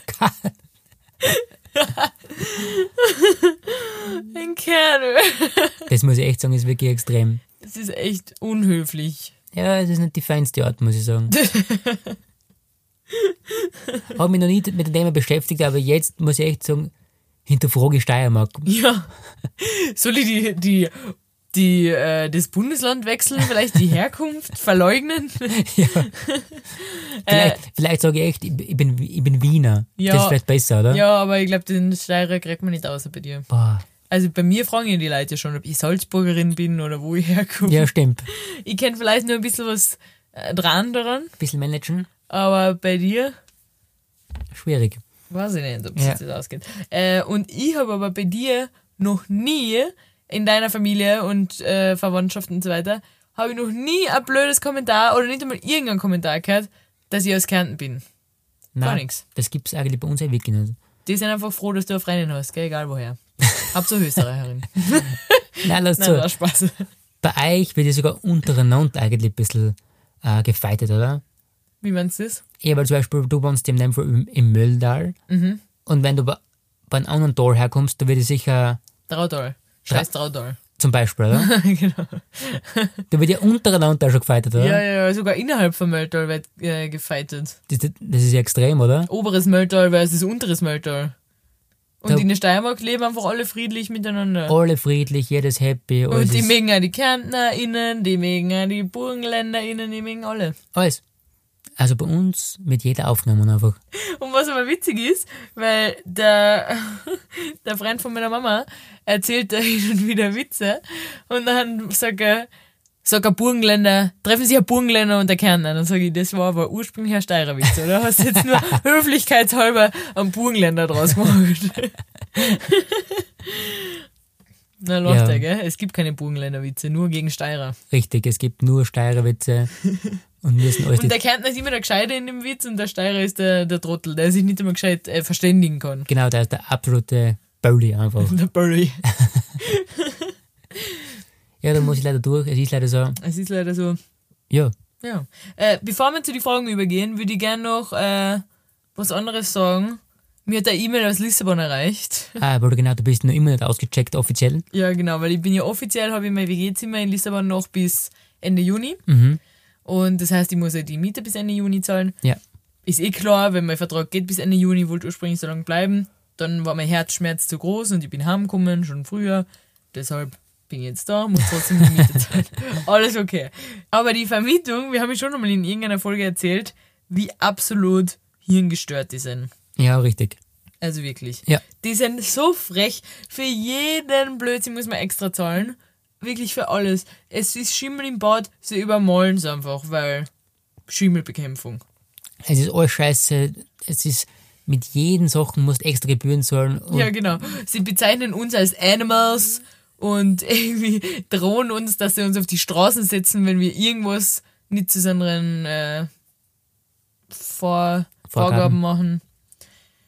Speaker 4: Ein Kernel.
Speaker 3: Das muss ich echt sagen, ist wirklich extrem.
Speaker 4: Das ist echt unhöflich.
Speaker 3: Ja, es ist nicht die feinste Art, muss ich sagen.
Speaker 4: <laughs>
Speaker 3: Habe mich noch nie mit dem Thema beschäftigt, aber jetzt muss ich echt sagen, hinterfrage ich Steiermark. <laughs>
Speaker 4: Ja. Soll ich die, die, die, äh, das Bundesland wechseln? Vielleicht die Herkunft
Speaker 3: <laughs>
Speaker 4: verleugnen? Äh,
Speaker 3: Vielleicht, vielleicht sage ich echt, ich bin- ich bin, ich bin Wiener.
Speaker 4: Ja.
Speaker 3: Das ist vielleicht besser, oder?
Speaker 4: Ja, aber ich glaube, den Steirer kriegt man nicht außer bei dir.
Speaker 3: Boah.
Speaker 4: Also bei mir fragen ja die Leute schon, ob ich Salzburgerin bin oder wo ich herkomme.
Speaker 3: ja stimmt.
Speaker 4: Ich kenne vielleicht nur ein bisschen was äh, dran daran.
Speaker 3: bisschen managen,
Speaker 4: Aber bei dir
Speaker 3: schwierig.
Speaker 4: weiß ich nicht, ob es
Speaker 3: Ja.
Speaker 4: jetzt ausgeht. Äh, und ich habe aber bei dir noch nie in deiner Familie und äh, Verwandtschaft und so weiter, habe ich noch nie ein blödes Kommentar oder nicht einmal irgendeinen Kommentar gehört, dass ich aus Kärnten bin. Gar
Speaker 3: Nein,
Speaker 4: nichts.
Speaker 3: das gibt es eigentlich bei uns ja wirklich nicht.
Speaker 4: Die sind einfach froh, dass du eine Freundin hast, gell?
Speaker 3: <laughs>
Speaker 4: egal woher. Hauptsache Österreicherin.
Speaker 3: Nein, lass
Speaker 4: Nein,
Speaker 3: zu.
Speaker 4: war Spaß.
Speaker 3: Bei euch wird ja sogar untereinander eigentlich ein bisschen äh, gefeitet, oder?
Speaker 4: Wie meinst du das?
Speaker 3: Ich weil zum Beispiel, du wohnst in dem Fall im, im Mülltal
Speaker 4: Mhm.
Speaker 3: und wenn du bei, bei einem anderen Tor herkommst, da wird es sicher,
Speaker 4: Traudoll. Scheiß Traudoll.
Speaker 3: zum Beispiel, oder?
Speaker 4: <laughs> genau.
Speaker 3: da wird ja untereinander schon gefeitet, oder?
Speaker 4: Ja, ja, ja, sogar innerhalb von Mölltal wird äh, gefeitet.
Speaker 3: Das, das ist ja extrem, oder?
Speaker 4: Oberes Mölltal versus unteres Mölltal. Und
Speaker 3: Da-
Speaker 4: in der Steiermark leben einfach alle friedlich miteinander.
Speaker 3: Alle friedlich, jedes happy, alles.
Speaker 4: Und die
Speaker 3: oh, ist,
Speaker 4: mögen auch die KärntnerInnen, die mögen auch die BurgenländerInnen, die mögen alle.
Speaker 3: alles. Also bei uns mit jeder Aufnahme einfach.
Speaker 4: Und was aber witzig ist, weil der, <laughs> der Freund von meiner Mama erzählt da <laughs> hin und wieder Witze und dann sagt er, sagt ein Burgenländer, treffen sich ein Burgenländer und der Kärntner. Dann sage ich, das war aber ursprünglich ein Steirerwitz, oder? Hast
Speaker 3: <laughs>
Speaker 4: jetzt nur höflichkeitshalber einen Burgenländer draus gemacht.
Speaker 3: <laughs>
Speaker 4: Na, läuft
Speaker 3: Ja.
Speaker 4: ja. gell? Es gibt keine Burgenländerwitze, nur gegen Steirer.
Speaker 3: Richtig, es gibt nur Steirerwitze
Speaker 4: <laughs>
Speaker 3: und wir sind alles
Speaker 4: Und
Speaker 3: die,
Speaker 4: der Kärntner ist immer der Gescheite in dem Witz und der Steirer ist der, der Trottel, der sich nicht immer gescheit äh, verständigen kann.
Speaker 3: genau, der ist der absolute Bully einfach.
Speaker 4: Der Barry.
Speaker 3: Ja, da muss ich leider durch, es ist leider so,
Speaker 4: Es ist leider so. <laughs>
Speaker 3: ja,
Speaker 4: Ja. Äh, bevor wir zu den Fragen übergehen, würde ich gerne noch äh, was anderes sagen. Mir hat eine E-Mail aus Lissabon erreicht.
Speaker 3: ah, aber genau, du bist noch immer nicht ausgecheckt offiziell.
Speaker 4: Ja, genau, weil ich bin ja offiziell, habe ich mein WG-Zimmer in Lissabon noch bis Ende Juni.
Speaker 3: Mhm.
Speaker 4: Und das heißt, ich muss ja die Miete bis Ende Juni zahlen.
Speaker 3: Ja.
Speaker 4: Ist eh klar, wenn mein Vertrag geht bis Ende Juni, wollte ursprünglich so lange bleiben. Dann war mein Herzschmerz zu groß und ich bin heimgekommen, schon früher. Deshalb bin ich jetzt da, muss trotzdem die Miete zahlen. Alles okay. Aber die Vermietung, wir haben ja schon einmal in irgendeiner Folge erzählt, wie absolut hirngestört die sind.
Speaker 3: Ja, richtig.
Speaker 4: Also wirklich.
Speaker 3: Ja.
Speaker 4: Die sind so frech. Für jeden Blödsinn muss man extra zahlen. Wirklich für alles. Es ist Schimmel im Bad, sie übermalen es einfach, weil Schimmelbekämpfung.
Speaker 3: Es ist alles scheiße, es ist, mit jedem Sachen musst extra Gebühren zahlen und
Speaker 4: Ja, genau. Sie bezeichnen uns als Animals und <laughs> irgendwie drohen uns, dass sie uns auf die Straßen setzen, wenn wir irgendwas nicht zu unseren äh, Vor
Speaker 3: Vorgaben.
Speaker 4: Vorgaben machen.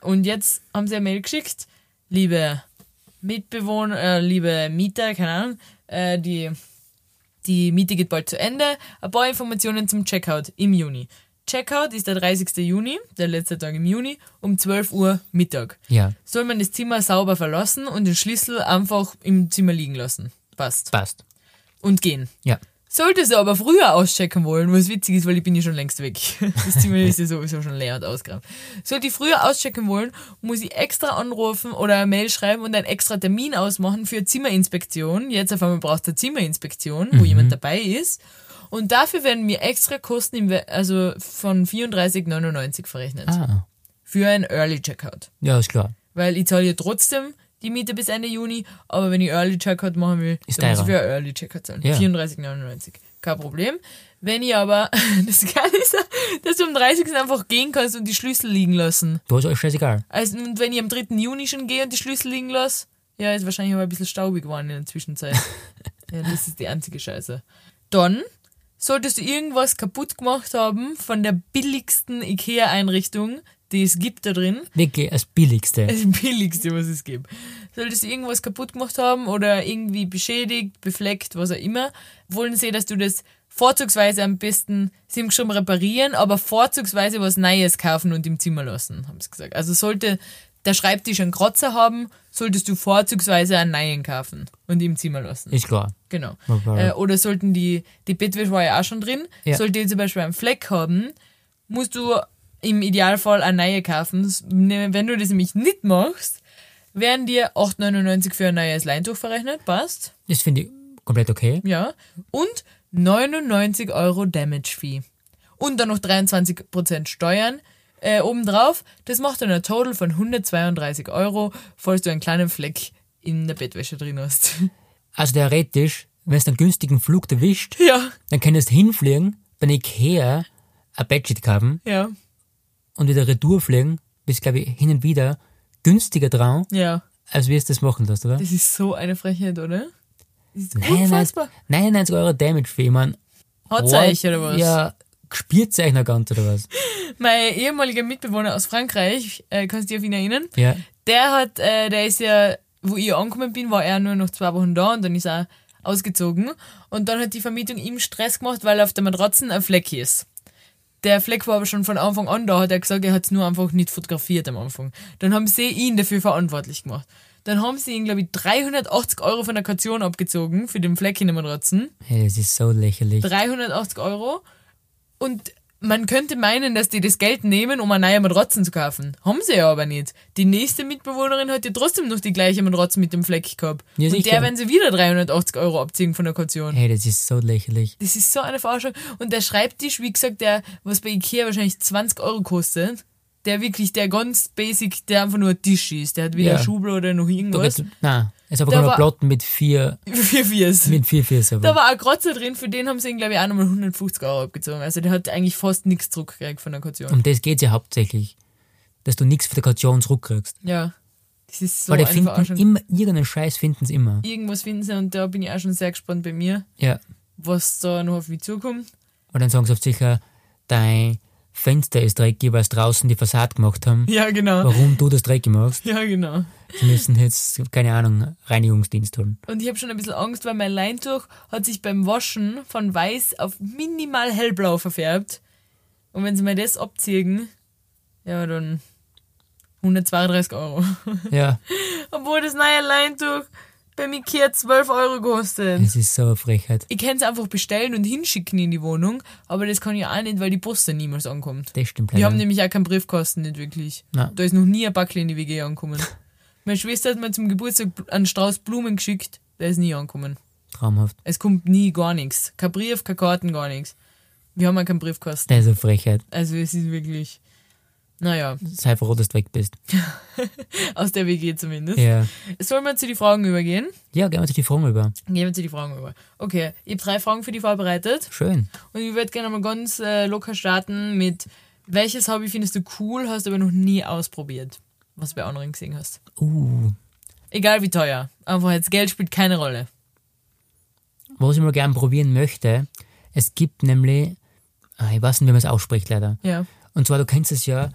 Speaker 4: Und jetzt haben sie eine Mail geschickt, liebe Mitbewohner, äh, liebe Mieter, keine Ahnung, äh, die, die Miete geht bald zu Ende. Ein paar Informationen zum Checkout im Juni. Checkout ist der 30. Juni, der letzte Tag im Juni, um 12 Uhr Mittag
Speaker 3: ja,
Speaker 4: soll man das Zimmer sauber verlassen und den Schlüssel einfach im Zimmer liegen lassen. Passt.
Speaker 3: passt.
Speaker 4: Und gehen.
Speaker 3: Ja,
Speaker 4: Solltest du aber früher auschecken wollen, was witzig ist, weil ich bin ja schon
Speaker 3: <laughs>
Speaker 4: längst weg. Das Zimmer ist ja sowieso schon leer und ausgeräumt. Sollte ich früher auschecken wollen, muss ich extra anrufen oder eine Mail schreiben und einen extra Termin ausmachen für eine Zimmerinspektion. Jetzt auf einmal brauchst du eine Zimmerinspektion,
Speaker 3: Mhm.
Speaker 4: wo jemand dabei ist. Und dafür werden mir extra Kosten im We also von 34,99 verrechnet.
Speaker 3: ah,
Speaker 4: Für ein Early Checkout
Speaker 3: ja, ist klar.
Speaker 4: weil ich zahle ja trotzdem die Miete bis Ende Juni, aber wenn ich Early Checkout machen will,
Speaker 3: Ist
Speaker 4: dann muss ich
Speaker 3: teurer.
Speaker 4: für ein Early Checkout zahlen.
Speaker 3: Ja.
Speaker 4: 34,99. Kein Problem. Wenn ich aber, <laughs> das Geile ist, dass du am 30. einfach gehen kannst und die Schlüssel liegen lassen.
Speaker 3: Da ist alles scheißegal.
Speaker 4: Also, und wenn ich am 3. Juni schon gehe und die Schlüssel liegen lasse, ja, ist wahrscheinlich aber ein bisschen staubig geworden in
Speaker 3: <laughs>
Speaker 4: der Zwischenzeit. ja, das ist die einzige Scheiße. Dann solltest du irgendwas kaputt gemacht haben von der billigsten Ikea-Einrichtung, die es gibt da drin.
Speaker 3: Wirklich das Billigste.
Speaker 4: Das billigste, was es gibt. Solltest du irgendwas kaputt gemacht haben oder irgendwie beschädigt, befleckt, was auch immer, wollen sie, dass du das vorzugsweise am besten, sie haben schon reparieren, aber vorzugsweise was Neues kaufen und im Zimmer lassen, haben sie gesagt. Also sollte der Schreibtisch einen Kratzer haben, solltest du vorzugsweise einen neuen kaufen und im Zimmer lassen.
Speaker 3: Ist klar.
Speaker 4: Genau.
Speaker 3: Aber-
Speaker 4: Äh, oder sollten die, die Bettwäsche war ja auch schon drin,
Speaker 3: Ja.
Speaker 4: sollte die zum Beispiel einen Fleck haben, musst du im Idealfall eine neue kaufen. S- ne- Wenn du das nämlich nicht machst, werden dir 8,99 für ein neues Leintuch verrechnet, passt,
Speaker 3: Das finde ich komplett okay.
Speaker 4: ja, und 99 Euro Damage Fee. Und dann noch 23% Steuern äh, obendrauf. Das macht dann ein Total von 132 Euro, falls du einen kleinen Fleck in der Bettwäsche drin hast. <laughs>
Speaker 3: Also theoretisch, wenn du einen günstigen Flug erwischt,
Speaker 4: ja.
Speaker 3: dann könntest du hinfliegen, bei Ikea ein Bedsheet kaufen
Speaker 4: Ja,
Speaker 3: und wieder retour fliegen, bist, glaube ich, hin und wieder günstiger dran,
Speaker 4: ja.
Speaker 3: als wir es das machen lässt, oder?
Speaker 4: Das ist so eine Frechheit, oder? Das ist
Speaker 3: Nein,
Speaker 4: unfassbar.
Speaker 3: 99 Euro Damage für jemanden.
Speaker 4: Hat's euch, oder was?
Speaker 3: Ja, gespürt euch noch ganz, oder was?
Speaker 4: Mein ehemaliger Mitbewohner aus Frankreich, äh, kannst du dich auf ihn erinnern?
Speaker 3: Ja,
Speaker 4: Der hat, äh, der ist ja, wo ich angekommen bin, war er nur noch zwei Wochen da und dann ist er ausgezogen. Und dann hat die Vermietung ihm Stress gemacht, weil auf der Matratze ein Fleck ist. Der Fleck war aber schon von Anfang an da, hat er gesagt, er hat es nur einfach nicht fotografiert am Anfang. Dann haben sie ihn dafür verantwortlich gemacht. Dann haben sie ihn, glaube ich, 380 Euro von der Kaution abgezogen für den Fleck in der Matratzen.
Speaker 3: hey, das ist so lächerlich.
Speaker 4: 380 Euro. Und man könnte meinen, dass die das Geld nehmen, um eine neue Matratze zu kaufen. Haben sie ja aber nicht. Die nächste Mitbewohnerin hat ja trotzdem noch die gleiche Matratze mit dem Fleck gehabt.
Speaker 3: Ja,
Speaker 4: Und
Speaker 3: sicher.
Speaker 4: der werden sie wieder 380 Euro abziehen von der Kaution.
Speaker 3: Hey, das ist so lächerlich.
Speaker 4: Das ist so eine Verarschung. Und der Schreibtisch, wie gesagt, der, was bei Ikea wahrscheinlich 20 Euro kostet, der wirklich, der ganz basic, der einfach nur ein Tisch ist. Der hat weder
Speaker 3: Ja.
Speaker 4: eine Schublade noch
Speaker 3: Da
Speaker 4: irgendwas. <laughs>
Speaker 3: geht's- Nein, es ist
Speaker 4: Da
Speaker 3: einfach nur
Speaker 4: war-
Speaker 3: ein Platten mit vier,
Speaker 4: Für Viers.
Speaker 3: mit vier Füßen.
Speaker 4: Da war ein Kratzer drin, für den haben sie ihn, glaube ich, auch nochmal 150 Euro abgezogen. Also der hat eigentlich fast nichts zurückgekriegt von der Kaution.
Speaker 3: Um das geht ja hauptsächlich. Dass du nichts für die Kaution zurückkriegst.
Speaker 4: Ja. Das ist so
Speaker 3: Weil die
Speaker 4: eine
Speaker 3: finden
Speaker 4: Verarschung.
Speaker 3: immer, irgendeinen Scheiß finden sie immer.
Speaker 4: Irgendwas finden sie und da bin ich auch schon sehr gespannt bei mir,
Speaker 3: Ja.
Speaker 4: was da noch auf mich zukommt. <laughs>
Speaker 3: Und dann sagen sie oft sicher, dein Fenster ist dreckig, weil sie draußen die Fassade gemacht haben.
Speaker 4: Ja, genau.
Speaker 3: Warum du das dreckig machst?
Speaker 4: Ja, genau.
Speaker 3: Sie müssen jetzt, keine Ahnung, Reinigungsdienst holen.
Speaker 4: Und ich habe schon ein bisschen Angst, weil mein Leintuch hat sich beim Waschen von weiß auf minimal hellblau verfärbt. Und wenn sie mir das abziehen, ja, dann 132 Euro. <laughs>
Speaker 3: Ja,
Speaker 4: Obwohl das neue Leintuch bei Ikea 12 Euro kostet.
Speaker 3: das ist so eine Frechheit.
Speaker 4: Ich kann es einfach bestellen und hinschicken in die Wohnung, aber das kann ich auch nicht, weil die Post dann niemals ankommt.
Speaker 3: Das stimmt
Speaker 4: Wir haben
Speaker 3: leider.
Speaker 4: nämlich auch keinen Briefkasten, nicht wirklich.
Speaker 3: Nein.
Speaker 4: Da ist noch nie ein Backel in die WG angekommen. <laughs> Meine Schwester hat mir zum Geburtstag bl- einen Strauß Blumen geschickt, der ist nie angekommen.
Speaker 3: Traumhaft.
Speaker 4: Es kommt nie gar nichts. Kein Brief, keine Karten, gar nichts. Wir haben auch keinen Briefkasten.
Speaker 3: Das ist eine Frechheit.
Speaker 4: Also es ist wirklich, naja,
Speaker 3: Sei froh, dass du weg bist.
Speaker 4: aus der WG zumindest.
Speaker 3: Ja.
Speaker 4: Sollen wir zu den Fragen übergehen?
Speaker 3: Ja, gehen wir zu die Fragen über.
Speaker 4: Gehen wir zu den Fragen über. Okay, ich habe drei Fragen für dich vorbereitet.
Speaker 3: Schön.
Speaker 4: Und ich würde gerne mal ganz äh, locker starten mit, welches Hobby findest du cool, hast du aber noch nie ausprobiert, was du bei anderen gesehen hast.
Speaker 3: Uh,
Speaker 4: Egal wie teuer, einfach jetzt Geld spielt keine Rolle.
Speaker 3: was ich mal gerne probieren möchte, es gibt nämlich, ah, ich weiß nicht, wie man es ausspricht leider.
Speaker 4: Ja.
Speaker 3: Und zwar, du kennst es ja,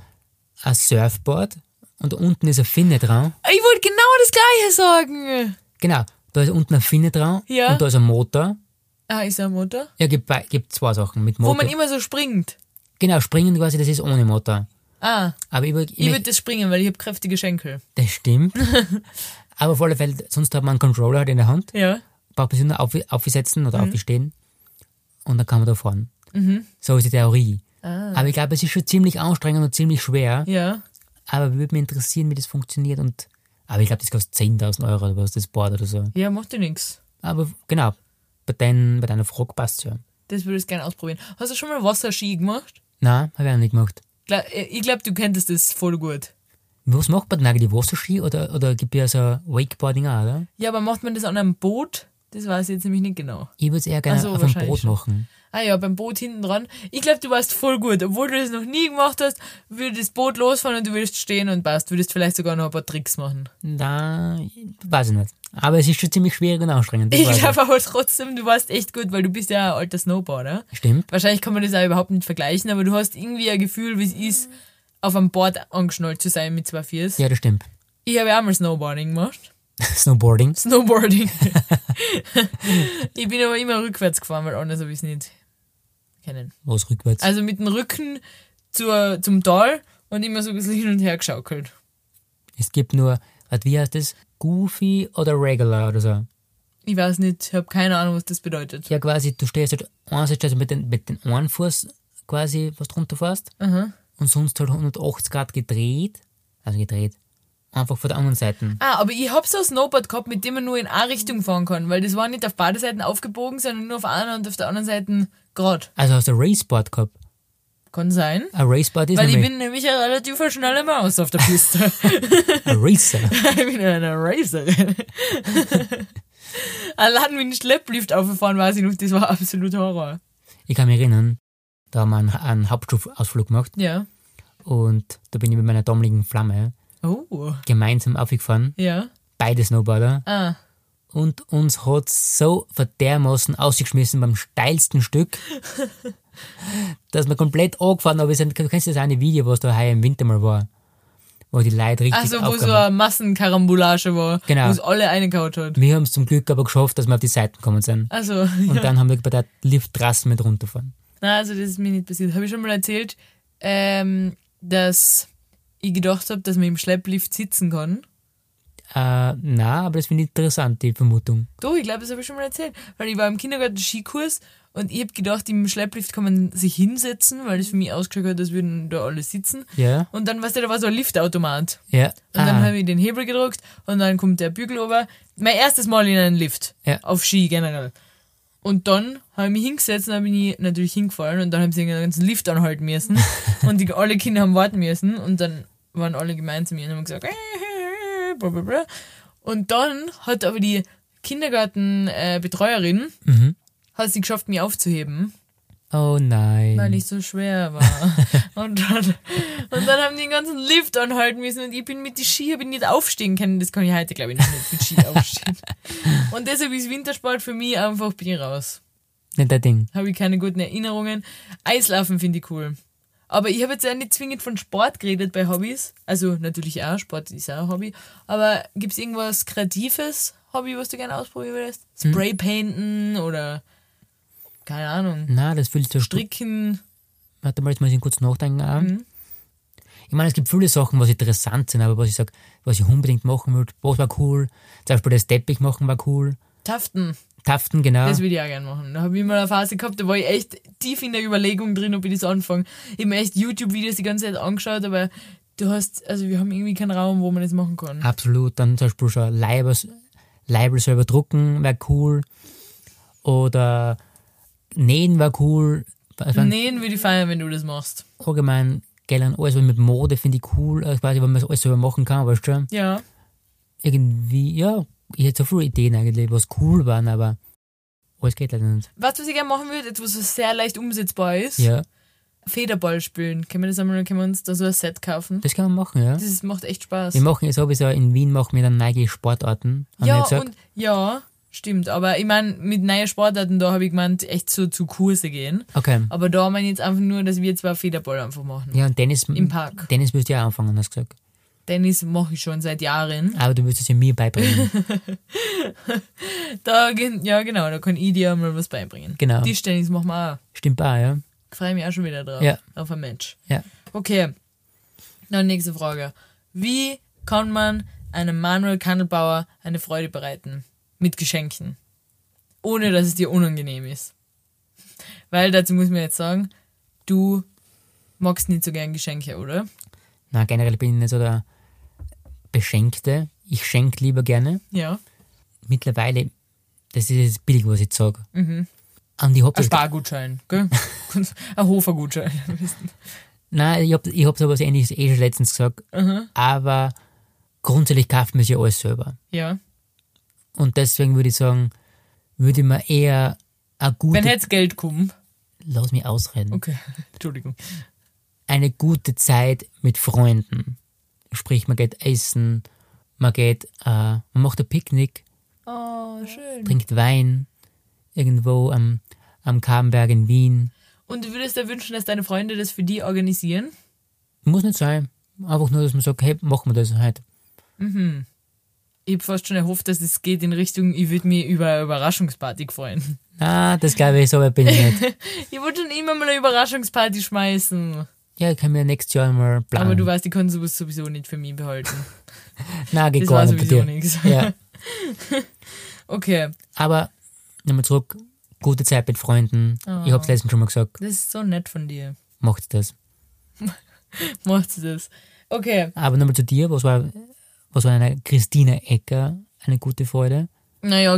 Speaker 3: ein Surfboard und da unten ist eine Finne dran.
Speaker 4: Ich wollte genau das gleiche sagen.
Speaker 3: Genau, da ist unten eine Finne dran
Speaker 4: Ja.
Speaker 3: und da ist ein Motor.
Speaker 4: Ah, ist er ein Motor?
Speaker 3: Ja, gibt, bei- gibt zwei Sachen mit
Speaker 4: Wo
Speaker 3: Motor.
Speaker 4: man immer so springt.
Speaker 3: genau, springen quasi, das ist ohne Motor.
Speaker 4: Ah,
Speaker 3: Aber ich, würd-
Speaker 4: ich
Speaker 3: ich,
Speaker 4: würde das springen, weil ich habe kräftige Schenkel.
Speaker 3: das
Speaker 4: <laughs>
Speaker 3: stimmt. Aber auf alle Fälle, sonst hat man einen Controller halt in der Hand,
Speaker 4: Ja.
Speaker 3: braucht man sich nur auf, aufsetzen oder
Speaker 4: Mhm.
Speaker 3: aufstehen und dann kann man da fahren. So ist die Theorie. Aber ich glaube, es ist schon ziemlich anstrengend und ziemlich schwer.
Speaker 4: Ah. Ja.
Speaker 3: Aber würde mich interessieren, wie das funktioniert. Und, aber ich glaube, das kostet 10.000 Euro oder was, das Board oder so.
Speaker 4: Ja, macht dir nichts.
Speaker 3: Aber genau, bei, dein, bei deiner Frage passt ja.
Speaker 4: Das würde ich gerne ausprobieren. Hast du schon mal Wasserski gemacht?
Speaker 3: Nein, habe ich auch nicht gemacht.
Speaker 4: Gla- äh, Ich glaube, du kennst das voll gut.
Speaker 3: Was macht man denn eigentlich? Wasserski oder, oder gibt es ja so Wakeboarding auch, oder?
Speaker 4: Ja, aber macht man das an einem Boot? Das weiß ich jetzt nämlich nicht genau.
Speaker 3: Ich würde es eher gerne
Speaker 4: Ach so,
Speaker 3: auf dem
Speaker 4: wahrscheinlich
Speaker 3: Boot
Speaker 4: schon.
Speaker 3: machen.
Speaker 4: Ah ja, beim Boot hinten dran. Ich glaube, du warst voll gut. Obwohl du das noch nie gemacht hast, würde das Boot losfahren und du würdest stehen und passt. Würdest vielleicht sogar noch ein paar Tricks machen.
Speaker 3: Da weiß ich nicht. Aber es ist schon ziemlich schwierig und anstrengend. das
Speaker 4: Ich
Speaker 3: weiß
Speaker 4: glaube aber trotzdem, du warst echt gut, weil du bist ja ein alter Snowboarder.
Speaker 3: Stimmt.
Speaker 4: Wahrscheinlich kann man das auch überhaupt nicht vergleichen, aber du hast irgendwie ein Gefühl, wie es ist, auf einem Board angeschnallt zu sein mit zwei Viers.
Speaker 3: Ja, das stimmt. <laughs>
Speaker 4: Ich habe ja auch mal Snowboarding gemacht.
Speaker 3: Snowboarding. <laughs>
Speaker 4: Snowboarding. ich bin aber immer rückwärts gefahren, weil anders habe ich es nicht kennen.
Speaker 3: Was rückwärts.
Speaker 4: Also mit dem Rücken zur, zum Tal und immer so ein bisschen hin und her geschaukelt.
Speaker 3: es gibt nur, was- wie heißt das? Goofy oder Regular oder so.
Speaker 4: Ich weiß nicht, ich habe keine Ahnung, was das bedeutet.
Speaker 3: Ja, quasi, du stehst halt, eins ist, dass du mit den, mit den einen Fuß quasi was drunter fährst
Speaker 4: Aha.
Speaker 3: und sonst halt 180 Grad gedreht. Also gedreht. Einfach von der anderen Seite.
Speaker 4: Ah, aber ich hab so ein Snowboard gehabt, mit dem man nur in eine Richtung fahren kann, weil das war nicht auf beide Seiten aufgebogen, sondern nur auf einer und auf der anderen Seite gerade.
Speaker 3: Also hast du ein Raceboard gehabt.
Speaker 4: Kann sein.
Speaker 3: Ein Raceboard ist
Speaker 4: Weil ich
Speaker 3: nämlich
Speaker 4: bin nämlich eine relativ schnelle Maus auf der
Speaker 3: <laughs>
Speaker 4: Piste. <laughs>
Speaker 3: ein Racer.
Speaker 4: ich bin eine <laughs> Racerin. Allein mit dem Schlepplift aufgefahren weiß ich noch, das war absolut Horror.
Speaker 3: Ich kann mich erinnern, Da haben wir einen, einen Hauptschulausflug gemacht
Speaker 4: Ja.
Speaker 3: und da bin ich mit meiner damaligen Flamme
Speaker 4: Oh.
Speaker 3: gemeinsam aufgefahren,
Speaker 4: Ja.
Speaker 3: beide Snowboarder.
Speaker 4: Ah.
Speaker 3: Und uns hat so verdermaßen ausgeschmissen beim steilsten
Speaker 4: <laughs>
Speaker 3: Stück, dass wir komplett angefahren haben. Wir sind- Du kennst das eine Video, was da heuer im Winter mal war, wo die Leute richtig
Speaker 4: Also wo so
Speaker 3: aufgegangen
Speaker 4: eine Massenkarambolage war,
Speaker 3: Genau.
Speaker 4: wo es alle eine gehaut hat.
Speaker 3: Wir haben es zum Glück aber geschafft, dass wir auf die Seiten gekommen sind.
Speaker 4: Also,
Speaker 3: Und
Speaker 4: ja.
Speaker 3: dann haben wir bei der Lifttrasse mit runterfahren.
Speaker 4: Na, also das ist mir nicht passiert. Habe ich schon mal erzählt, ähm, dass ich gedacht habe, dass man im Schlepplift sitzen kann.
Speaker 3: Äh, na, aber das finde ich interessant, die Vermutung.
Speaker 4: Doch, ich glaube, das habe ich schon mal erzählt. Weil ich war im Kindergarten Skikurs und ich habe gedacht, im Schlepplift kann man sich hinsetzen, weil das für mich ausgeschaut hat, als würden da alle sitzen.
Speaker 3: Ja,
Speaker 4: Und dann, weißt du, da war so ein Liftautomat.
Speaker 3: ja.
Speaker 4: Und dann
Speaker 3: Ah,
Speaker 4: habe ich den Hebel gedrückt und dann kommt der Bügel rüber. Mein erstes Mal in einen Lift.
Speaker 3: Ja.
Speaker 4: Auf Ski generell. Und dann habe ich mich hingesetzt und dann bin ich natürlich hingefallen und dann haben sie den ganzen Lift
Speaker 3: <laughs>
Speaker 4: anhalten müssen. und die, alle Kinder haben warten müssen und dann waren alle gemein zu mir und haben gesagt, "Äh, bla bla bla. Und dann hat aber die Kindergartenbetreuerin äh, Betreuerin,
Speaker 3: mhm.
Speaker 4: hat sie geschafft, mich aufzuheben
Speaker 3: Oh nein.
Speaker 4: weil ich so schwer war. und, dann, und dann haben die den ganzen Lift anhalten müssen und ich bin mit die Ski, habe ich nicht aufstehen können. Das kann ich heute, glaube ich, noch nicht mit Ski aufstehen. Und deshalb ist Wintersport für mich einfach, bin ich raus.
Speaker 3: Nicht dein Ding.
Speaker 4: Habe ich keine guten Erinnerungen. Eislaufen finde ich cool. Aber ich habe jetzt auch nicht zwingend von Sport geredet bei Hobbys. Also natürlich auch, Sport ist auch ein Hobby. Aber gibt es irgendwas kreatives Hobby, was du gerne ausprobieren würdest? Spraypainten oder keine Ahnung,
Speaker 3: Na, das fühlt sich so
Speaker 4: Stricken.
Speaker 3: Warte mal, jetzt muss ich kurz nachdenken. auch. Ich meine, es gibt viele Sachen, was interessant sind, aber was ich sage, was ich unbedingt machen würde, was war cool. Zum Beispiel das Teppich machen war cool.
Speaker 4: Taften.
Speaker 3: Taften, genau.
Speaker 4: Das würde ich auch gerne machen. Da habe ich mal eine Phase gehabt, da war ich echt tief in der Überlegung drin, ob ich das anfange. Ich habe mir echt YouTube-Videos die ganze Zeit angeschaut, aber du hast, also wir haben irgendwie keinen Raum, wo man das machen kann.
Speaker 3: Absolut. Dann zum Beispiel schon Leiber, Leibel selber drucken wäre cool. Oder Nähen war cool. Also
Speaker 4: Nähen würde ich feiern, wenn du das machst.
Speaker 3: Allgemein, gell, an alles was mit Mode finde ich cool. Also quasi, wenn man das alles selber machen kann, weißt du? schon.
Speaker 4: Ja.
Speaker 3: Irgendwie, ja, ich hätte so viele Ideen eigentlich, was cool waren, aber alles geht leider nicht.
Speaker 4: Was, was ich gerne machen würde, etwas, was sehr leicht umsetzbar ist,
Speaker 3: Ja,
Speaker 4: Federball spielen. Können wir das einmal, können wir uns da so ein Set kaufen?
Speaker 3: das kann man machen, ja.
Speaker 4: Das ist, macht echt Spaß.
Speaker 3: Wir machen jetzt sowieso in Wien machen wir dann neige Sportarten. haben wir
Speaker 4: ja,
Speaker 3: gesagt.
Speaker 4: und, ja, stimmt. Aber ich meine, mit neuen Sportarten, da habe ich gemeint, echt so zu Kurse gehen.
Speaker 3: okay.
Speaker 4: Aber da meine ich jetzt einfach nur, dass wir zwei Federball einfach machen.
Speaker 3: Ja, und Tennis.
Speaker 4: Im Park.
Speaker 3: Tennis müsst ihr auch anfangen, hast du gesagt.
Speaker 4: Tennis mache ich schon
Speaker 3: <laughs>
Speaker 4: seit Jahren.
Speaker 3: Aber du wirst es ja mir
Speaker 4: <laughs>
Speaker 3: beibringen.
Speaker 4: Da, gen- ja, genau, da kann ich dir mal was beibringen.
Speaker 3: Genau.
Speaker 4: Tischtennis machen wir
Speaker 3: Stimmt auch, ja.
Speaker 4: auch. Freue mich auch schon wieder drauf.
Speaker 3: Ja.
Speaker 4: Auf ein Match.
Speaker 3: Ja.
Speaker 4: Okay. Dann nächste Frage. Wie kann man einem Manuel Kandelbauer eine Freude bereiten? Mit Geschenken. Ohne, dass es dir unangenehm ist. <laughs> Weil dazu muss man jetzt sagen, du magst nicht so gern Geschenke, oder?
Speaker 3: Na, generell bin ich nicht so der Beschenkte. Ich schenke lieber gerne.
Speaker 4: Ja.
Speaker 3: Mittlerweile, das ist jetzt billig, was ich sage.
Speaker 4: Mhm.
Speaker 3: Und ich hab
Speaker 4: Ein
Speaker 3: das.
Speaker 4: Spargutschein,
Speaker 3: <laughs>
Speaker 4: gell? ein Hofergutschein. <laughs>
Speaker 3: Nein, ich hab, ich hab sowas ähnliches eh schon letztens gesagt. Aber grundsätzlich kauft man sich ja alles selber.
Speaker 4: Ja.
Speaker 3: Und deswegen würde ich sagen, würde ich mir eher eine
Speaker 4: Wenn
Speaker 3: gute.
Speaker 4: jetzt Geld kommt.
Speaker 3: Lass mich ausreden.
Speaker 4: Okay, <laughs> Entschuldigung.
Speaker 3: eine gute Zeit mit Freunden. Sprich, man geht essen, man geht, äh, man macht ein Picknick,
Speaker 4: Oh, schön.
Speaker 3: trinkt Wein irgendwo am, am Kabenberg in Wien.
Speaker 4: Und du würdest dir wünschen, dass deine Freunde das für die organisieren?
Speaker 3: Muss nicht sein. Einfach nur, dass man sagt, hey, machen wir das halt.
Speaker 4: Ich habe fast schon erhofft, dass es geht in Richtung, ich würde mir über eine Überraschungsparty freuen. <laughs>
Speaker 3: Na, das glaube ich, so weit bin ich nicht.
Speaker 4: Ich wollte schon immer mal eine Überraschungsparty schmeißen.
Speaker 3: Ja, ich kann mir nächstes Jahr mal planen.
Speaker 4: Aber du weißt, die können sowas sowieso nicht für mich behalten.
Speaker 3: Nein, geht
Speaker 4: Das
Speaker 3: gar
Speaker 4: war
Speaker 3: nicht bei dir.
Speaker 4: sowieso nichts.
Speaker 3: Ja,
Speaker 4: <laughs> Okay,
Speaker 3: aber nochmal zurück, gute Zeit mit Freunden. Ich
Speaker 4: Oh.
Speaker 3: habe es letztens schon mal gesagt,
Speaker 4: das ist so nett von dir.
Speaker 3: macht das.
Speaker 4: Macht das. Okay,
Speaker 3: Aber nochmal zu dir, was war, was war einer Christina Ecker eine gute Freude?
Speaker 4: naja,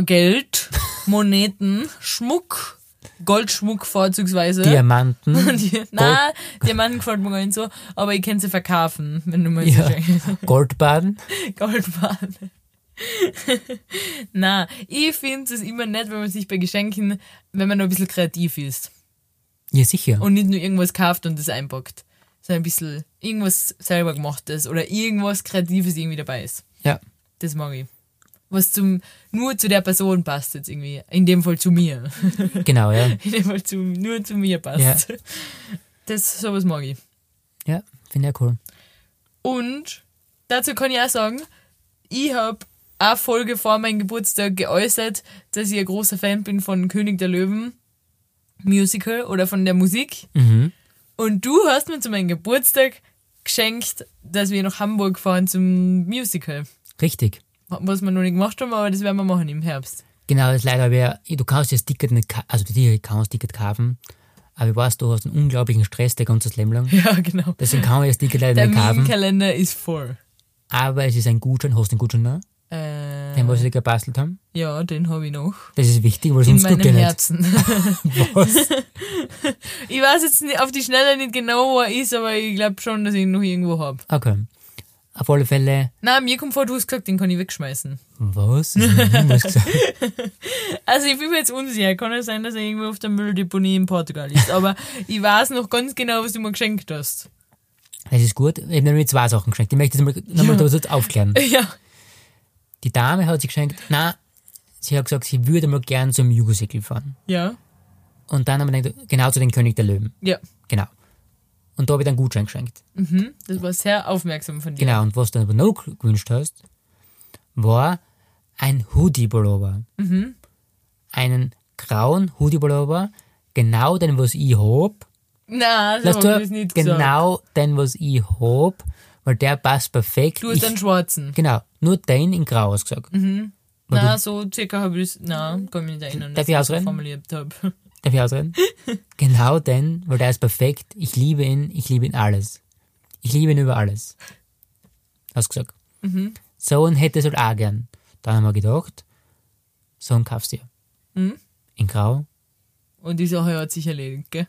Speaker 3: <laughs>
Speaker 4: Geld, Moneten, Schmuck, Goldschmuck vorzugsweise.
Speaker 3: Diamanten.
Speaker 4: <laughs> Die, na, Diamanten gefällt mir gar nicht so, aber ich kann sie verkaufen, wenn du mal so
Speaker 3: Ja.
Speaker 4: schenkst. <laughs>
Speaker 3: Goldbaden?
Speaker 4: Goldbahn. na, ich finde es immer nett, wenn man sich bei Geschenken, wenn man noch ein bisschen kreativ ist.
Speaker 3: Ja, sicher.
Speaker 4: und nicht nur irgendwas kauft und das einpackt, sondern ein bisschen irgendwas selber gemachtes oder irgendwas Kreatives irgendwie dabei ist.
Speaker 3: ja.
Speaker 4: Das mag ich. Was zum, nur zu der Person passt jetzt irgendwie. In dem Fall zu mir. <laughs>
Speaker 3: Genau, ja.
Speaker 4: In dem Fall zu, nur zu mir passt. Das, sowas mag ich.
Speaker 3: Ja, finde ich auch cool.
Speaker 4: Und dazu kann ich auch sagen, ich habe eine Folge vor meinem Geburtstag geäußert, dass ich ein großer Fan bin von König der Löwen Musical oder von der Musik.
Speaker 3: Mhm.
Speaker 4: Und du hast mir zu meinem Geburtstag geschenkt, dass wir nach Hamburg fahren zum Musical.
Speaker 3: Richtig.
Speaker 4: Was wir noch nicht gemacht haben, aber das werden wir machen im Herbst. <laughs>
Speaker 3: Genau, das ist leider wäre, du kannst das Ticket nicht, ka- also die kannst das Ticket kaufen, aber ich weiß, du hast einen unglaublichen Stress dein ganzes Leben lang.
Speaker 4: Ja, genau.
Speaker 3: Deswegen kann man das Ticket leider
Speaker 4: Der
Speaker 3: nicht kaufen,
Speaker 4: Terminkalender ist voll.
Speaker 3: aber es ist ein Gutschein, hast du einen Gutschein noch, den
Speaker 4: Äh,
Speaker 3: was wir gebastelt haben.
Speaker 4: ja, den habe ich noch.
Speaker 3: Das ist wichtig, weil
Speaker 4: In
Speaker 3: sonst gut geht
Speaker 4: meinem
Speaker 3: nicht.
Speaker 4: <laughs> Herzen.
Speaker 3: Was?
Speaker 4: <laughs> Ich weiß jetzt nicht, auf die Schnelle nicht genau, wo er ist, aber ich glaube schon, dass ich ihn noch irgendwo habe.
Speaker 3: Okay. Auf alle Fälle,
Speaker 4: Na, mir kommt vor, du hast gesagt, den kann ich wegschmeißen.
Speaker 3: was? <laughs> Das hab ich niemals gesagt.
Speaker 4: Also ich bin mir jetzt unsicher. Kann es sein, dass er irgendwo auf der Mülldeponie in Portugal
Speaker 3: <laughs>
Speaker 4: ist. Aber ich weiß noch ganz genau, was du mir geschenkt hast.
Speaker 3: Das ist gut. Ich habe nämlich zwei Sachen geschenkt. Ich möchte das nochmal noch mal da kurz aufklären.
Speaker 4: Ja.
Speaker 3: Die Dame hat sich geschenkt, na, sie hat gesagt, sie würde mal gern zum Musical fahren.
Speaker 4: Ja.
Speaker 3: Und dann haben wir gedacht, genau zu den König der Löwen.
Speaker 4: Ja.
Speaker 3: Genau. Und da habe ich dann einen Gutschein geschenkt.
Speaker 4: Mhm. Das war sehr aufmerksam von dir.
Speaker 3: Genau. Und was du aber noch gewünscht hast, war ein Hoodie-Pullover.
Speaker 4: Mhm.
Speaker 3: Einen grauen Hoodie-Pullover, genau den, was ich hab.
Speaker 4: Na, so
Speaker 3: Lass
Speaker 4: hab ich
Speaker 3: du
Speaker 4: das nicht gesagt.
Speaker 3: genau den, was ich hab, weil der passt perfekt.
Speaker 4: Du hast
Speaker 3: Ich-
Speaker 4: einen schwarzen.
Speaker 3: genau, nur den in grau gesagt.
Speaker 4: Na, so circa habe ich das... Na, kann mich nicht erinnern,
Speaker 3: Darf
Speaker 4: dass
Speaker 3: ich
Speaker 4: das so
Speaker 3: ausreden?
Speaker 4: formuliert habe.
Speaker 3: Darf ich ausreden? genau den, weil der ist perfekt. Ich liebe ihn, ich liebe ihn alles. Ich liebe ihn über alles. Hast du gesagt. So einen hätte ich halt auch gern. Dann haben wir gedacht, so einen kaufst du dir.
Speaker 4: Mhm.
Speaker 3: In grau
Speaker 4: <laughs> Und die Sache hat sich erledigt, gell?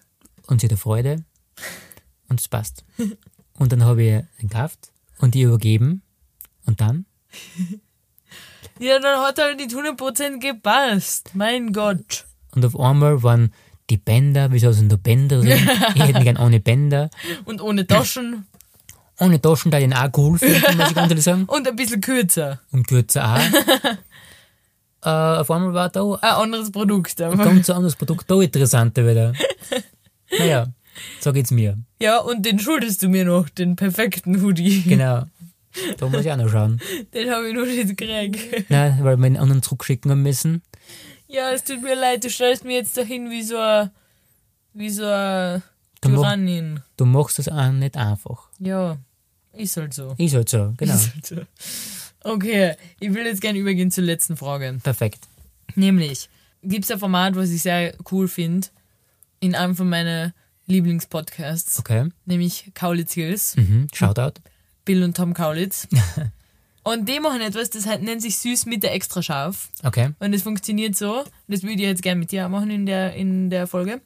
Speaker 3: und sie hat eine Freude und es passt. Und dann habe ich den gekauft und die übergeben und dann
Speaker 4: Ja, dann hat halt nicht 100% gepasst. Mein Gott.
Speaker 3: Und auf einmal waren die Bänder, wieso sind da Bänder drin? ich hätte gern ohne Bänder.
Speaker 4: Und ohne Taschen.
Speaker 3: Ohne Taschen da den auch cool finden, muss ich ganz ehrlich sagen.
Speaker 4: Und ein bisschen kürzer.
Speaker 3: Und kürzer
Speaker 4: <laughs>
Speaker 3: auch. äh, auf einmal war da
Speaker 4: Ein anderes Produkt.
Speaker 3: ein
Speaker 4: Aber.
Speaker 3: ganz anderes Produkt, da interessanter wieder. Naja, so geht's mir.
Speaker 4: Ja, und den schuldest du mir noch, den perfekten Hoodie.
Speaker 3: Genau. Da muss ich auch noch schauen.
Speaker 4: <laughs> Den habe ich noch nicht gekriegt.
Speaker 3: Nein, weil wir einen anderen zurückschicken haben müssen.
Speaker 4: Ja, es tut mir leid, du stellst mir jetzt dahin wie so ein, wie so ein
Speaker 3: Du mach-
Speaker 4: Tyrannin.
Speaker 3: Du machst es auch nicht einfach.
Speaker 4: Ja, ist halt so.
Speaker 3: Ist halt so, genau.
Speaker 4: Ist halt so. Okay, ich will jetzt gerne übergehen zur letzten Frage.
Speaker 3: Perfekt.
Speaker 4: Nämlich, gibt es ein Format, was ich sehr cool finde, in einem von meinen Lieblingspodcasts,
Speaker 3: Okay.
Speaker 4: nämlich Kaulitz Hills.
Speaker 3: Mhm. Shoutout.
Speaker 4: Bill und Tom Kaulitz. und die machen etwas, das halt- nennt sich süß mit der extra scharf.
Speaker 3: Okay.
Speaker 4: Und es funktioniert so. Das würde ich jetzt gerne mit dir auch machen in der, in der Folge.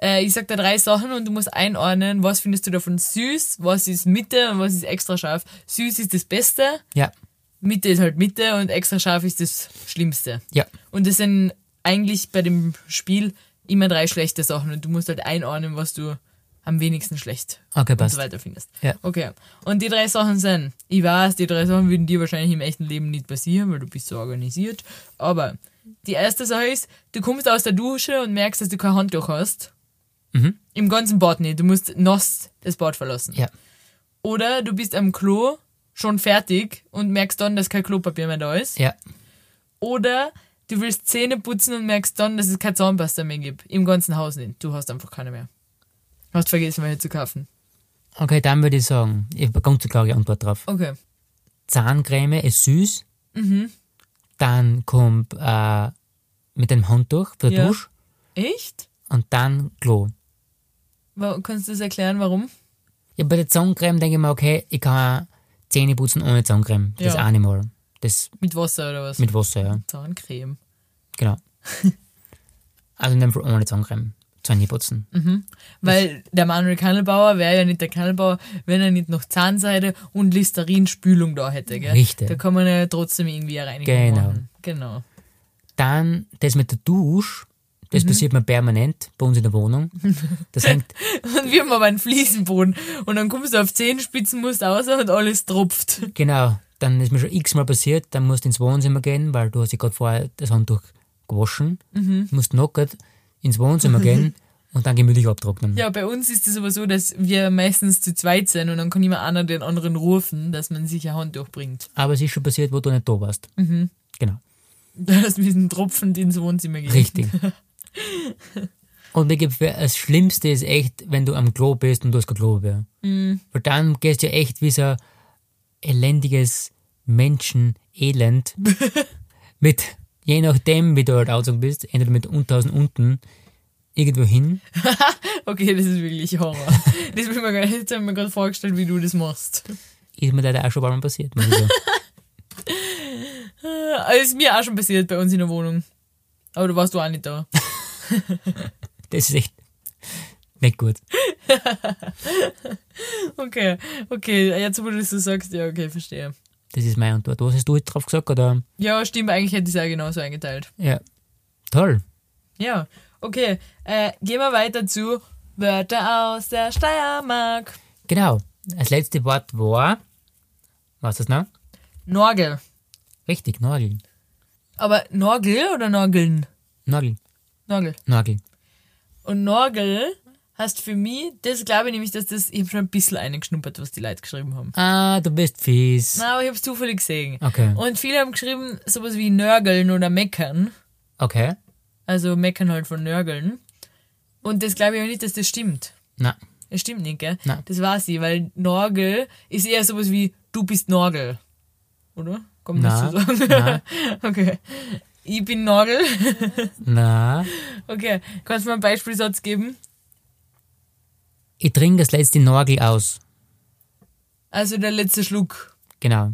Speaker 4: Äh, ich sag da drei Sachen und du musst einordnen, was findest du davon süß, was ist Mitte und was ist extra scharf. Süß ist das Beste,
Speaker 3: Ja.
Speaker 4: Mitte ist halt Mitte und extra scharf ist das Schlimmste.
Speaker 3: Ja.
Speaker 4: Und das sind eigentlich bei dem Spiel immer drei schlechte Sachen und du musst halt einordnen, was du am wenigsten schlecht
Speaker 3: Okay,
Speaker 4: und so
Speaker 3: passt.
Speaker 4: weiter findest.
Speaker 3: Ja.
Speaker 4: Okay. Und die drei Sachen sind, ich weiß, die drei Sachen würden dir wahrscheinlich im echten Leben nicht passieren, weil du bist so organisiert. Aber die erste Sache ist, du kommst aus der Dusche und merkst, dass du kein Handtuch hast.
Speaker 3: Mhm.
Speaker 4: Im ganzen Bad nicht. Du musst nass das Bad verlassen.
Speaker 3: Ja.
Speaker 4: Oder du bist am Klo schon fertig und merkst dann, dass kein Klopapier mehr da ist.
Speaker 3: Ja.
Speaker 4: Oder du willst Zähne putzen und merkst dann, dass es keine Zahnpasta mehr gibt. Im ganzen Haus nicht. Du hast einfach keine mehr. Hast vergessen, welche zu kaufen.
Speaker 3: Okay, dann würde ich sagen, ich habe eine ganz klare Antwort drauf.
Speaker 4: Okay.
Speaker 3: Zahncreme ist süß.
Speaker 4: Mhm.
Speaker 3: Dann kommt äh, mit dem Handtuch für die
Speaker 4: Ja.
Speaker 3: Dusche
Speaker 4: Echt?
Speaker 3: und dann Klo.
Speaker 4: Wa- Kannst du das erklären, warum?
Speaker 3: Ja, bei der Zahncreme denke ich mir, okay, ich kann Zähne putzen ohne Zahncreme. Das
Speaker 4: Ja.
Speaker 3: eine Mal. Das
Speaker 4: Mit Wasser oder was?
Speaker 3: mit Wasser, ja.
Speaker 4: Zahncreme. <laughs>
Speaker 3: Genau. also in dem Fall ohne Zahncreme. Zähne putzen.
Speaker 4: Weil der Manuel Kannelbauer wäre ja nicht der Kannelbauer, wenn er nicht noch Zahnseide und Listerin-Spülung da hätte, gell?
Speaker 3: Richtig.
Speaker 4: Da kann man ja trotzdem irgendwie eine Reinigung
Speaker 3: Genau.
Speaker 4: machen. Genau.
Speaker 3: Dann das mit der Dusche, Das
Speaker 4: Mhm.
Speaker 3: passiert mir permanent bei uns in der Wohnung. Das
Speaker 4: <laughs>
Speaker 3: hängt,
Speaker 4: <laughs> Und wir haben aber einen Fliesenboden. Und dann kommst du auf Zehenspitzen, musst raus und alles tropft.
Speaker 3: genau, dann ist mir schon x-mal passiert, dann musst du ins Wohnzimmer gehen, weil du hast dich gerade vorher das Handtuch gewaschen,
Speaker 4: Mhm.
Speaker 3: musst nackert ins Wohnzimmer
Speaker 4: <laughs>
Speaker 3: gehen und dann gemütlich abtrocknen.
Speaker 4: Ja, bei uns ist es aber so, dass wir meistens zu zweit sind und dann kann immer einer den anderen rufen, dass man sich eine Hand durchbringt. <laughs>
Speaker 3: Aber es ist schon passiert, wo du nicht da warst.
Speaker 4: Mhm.
Speaker 3: Genau,
Speaker 4: Dass wir diesen tropfend ins Wohnzimmer gehen.
Speaker 3: richtig. und mir gefällt- das Schlimmste ist echt, wenn du am Klo bist und du hast kein Klopapier. Weil dann gehst du ja echt wie so ein elendiges Menschenelend mit, je nachdem, wie du halt ausgegangen bist, entweder mit Unterhausen unten irgendwo hin.
Speaker 4: Okay, das ist wirklich Horror. das bin ich mir gar nicht, hab ich mir gerade vorgestellt, wie du das machst.
Speaker 3: Ist mir leider auch schon ein paar Mal passiert. muss ich sagen.
Speaker 4: Äh, ist mir auch schon passiert bei uns in der Wohnung. Aber du warst du auch nicht da.
Speaker 3: Das ist echt nicht gut.
Speaker 4: Okay, okay, jetzt wo du das so sagst, ja, okay, verstehe.
Speaker 3: Das ist meine Antwort. Was hast du jetzt drauf gesagt? Oder?
Speaker 4: Ja, stimmt, eigentlich hätte ich es auch genauso eingeteilt.
Speaker 3: Ja. Toll.
Speaker 4: Ja, okay, äh, gehen wir weiter zu Wörter aus der Steiermark.
Speaker 3: Genau. Das letzte Wort war, was ist das noch?
Speaker 4: Norgel.
Speaker 3: Richtig, Nagel.
Speaker 4: Aber Norgel oder Norgeln?
Speaker 3: Nagel.
Speaker 4: Norgel.
Speaker 3: Nagel.
Speaker 4: Und Norgel heißt für mich, das glaube ich nämlich, dass das, ich habe schon ein bisschen eingeschnuppert, was die Leute geschrieben haben.
Speaker 3: Ah, du bist fies.
Speaker 4: Na, aber ich habe es zufällig gesehen.
Speaker 3: Okay.
Speaker 4: Und viele haben geschrieben, sowas wie Nörgeln oder Meckern.
Speaker 3: Okay.
Speaker 4: Also Meckern halt von Nörgeln. Und das glaube ich auch nicht, dass das stimmt.
Speaker 3: Na,
Speaker 4: Das stimmt nicht, gell?
Speaker 3: Nein.
Speaker 4: Das war sie, weil Norgel ist eher sowas wie du bist Norgel. Oder? Kommt
Speaker 3: Nein,
Speaker 4: das zusammen?
Speaker 3: nein.
Speaker 4: <laughs> okay. Ich bin Norgel. <laughs>
Speaker 3: na.
Speaker 4: Okay. Kannst du mir einen Beispielsatz geben?
Speaker 3: Ich trinke das letzte Nagel aus.
Speaker 4: Also der letzte Schluck.
Speaker 3: Genau.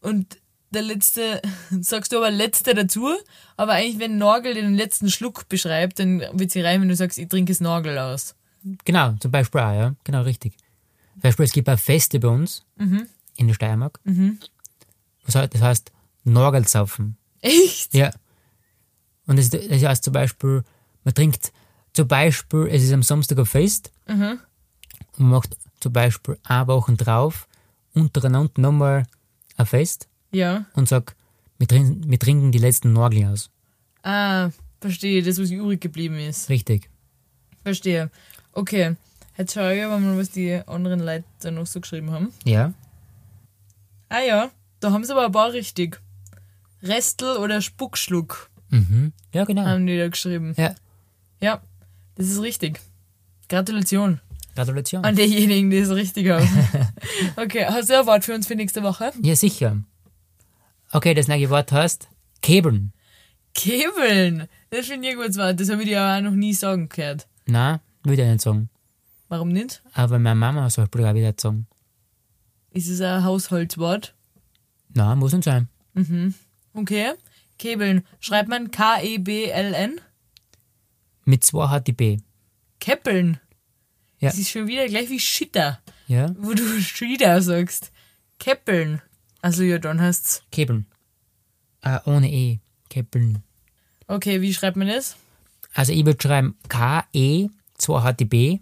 Speaker 4: Und der letzte, <laughs> sagst du aber letzte dazu, aber eigentlich, wenn Norgel den letzten Schluck beschreibt, dann wird sie rein, wenn du sagst, ich trinke das Norgel aus. <laughs>
Speaker 3: Genau, zum Beispiel auch, ja. Genau, richtig. Zum Beispiel, es gibt auch Feste bei uns in der Steiermark. Was heißt- Das heißt Norgelsaufen.
Speaker 4: Echt?
Speaker 3: Ja. Und das, das heißt zum Beispiel, man trinkt zum Beispiel, es ist am Samstag ein Fest und man macht zum Beispiel eine Woche drauf untereinander nochmal ein Fest
Speaker 4: Ja.
Speaker 3: und sagt, wir, trin wir trinken die letzten Norgel aus.
Speaker 4: Ah, verstehe, das, was übrig geblieben ist.
Speaker 3: Richtig.
Speaker 4: Verstehe. Okay. Jetzt schaue ich aber mal, was die anderen Leute da noch so geschrieben haben.
Speaker 3: Ja.
Speaker 4: Ah ja, da haben sie aber ein paar richtig. Restel oder Spuckschluck
Speaker 3: Mhm. Ja, genau.
Speaker 4: haben die da geschrieben.
Speaker 3: ja.
Speaker 4: Ja, das ist richtig. Gratulation
Speaker 3: Gratulation.
Speaker 4: an diejenigen, die es richtig haben. Okay, hast du ein Wort für uns für nächste Woche?
Speaker 3: Ja, sicher. Okay, das neue Wort heißt Kebeln.
Speaker 4: Kebeln. Das finde ich ein gutes Wort. Das habe ich dir aber auch noch nie sagen gehört.
Speaker 3: Na, würde ich nicht sagen.
Speaker 4: Warum nicht?
Speaker 3: Aber meine Mama soll sogar wieder sagen.
Speaker 4: Ist es ein Haushaltswort?
Speaker 3: Na, muss nicht sein.
Speaker 4: Okay. Kebeln. Schreibt man E K-E-B-L-N?
Speaker 3: Mit 2 HTP.
Speaker 4: Keppeln.
Speaker 3: Ja.
Speaker 4: Das ist schon wieder gleich wie Schitter,
Speaker 3: Ja?
Speaker 4: wo du <laughs> Schitter sagst. Keppeln. Also ja, dann heißt's.
Speaker 3: Kebeln. Äh, ohne E. Kebeln.
Speaker 4: Okay, wie schreibt man das? <laughs>
Speaker 3: Also ich würde schreiben K-E 2 HTP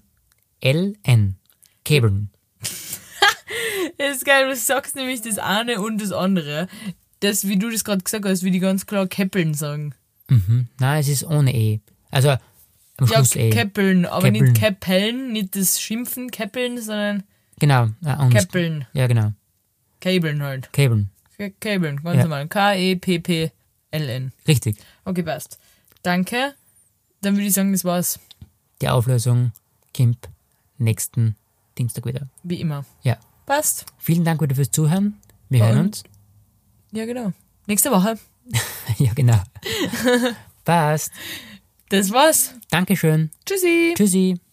Speaker 3: L-N. Kebeln.
Speaker 4: Das ist geil, du sagst nämlich das eine und das andere. Das, wie du das gerade gesagt hast, wie die ganz klar Keppeln sagen.
Speaker 3: Mhm. Nein, es ist ohne E. Also am
Speaker 4: Ja,
Speaker 3: Schluss E.
Speaker 4: Keppeln, aber
Speaker 3: Keppeln.
Speaker 4: nicht Keppeln, nicht das Schimpfen Keppeln, sondern
Speaker 3: genau. Äh, und-
Speaker 4: Keppeln.
Speaker 3: Ja, genau.
Speaker 4: Kabeln halt.
Speaker 3: Kebeln.
Speaker 4: Ke- Kabeln, ganz
Speaker 3: Ja.
Speaker 4: normal. K-E-P-P-L-N.
Speaker 3: Richtig.
Speaker 4: Okay, passt. Danke. Dann würde ich sagen, das war's.
Speaker 3: Die Auflösung kommt nächsten Dienstag wieder.
Speaker 4: Wie immer.
Speaker 3: Ja.
Speaker 4: Passt.
Speaker 3: Vielen Dank wieder fürs Zuhören. Wir hören uns. <laughs>
Speaker 4: Und- Ja, genau. Nächste Woche.
Speaker 3: Ja, genau. Passt.
Speaker 4: Das war's.
Speaker 3: Dankeschön.
Speaker 4: Tschüssi.
Speaker 3: Tschüssi.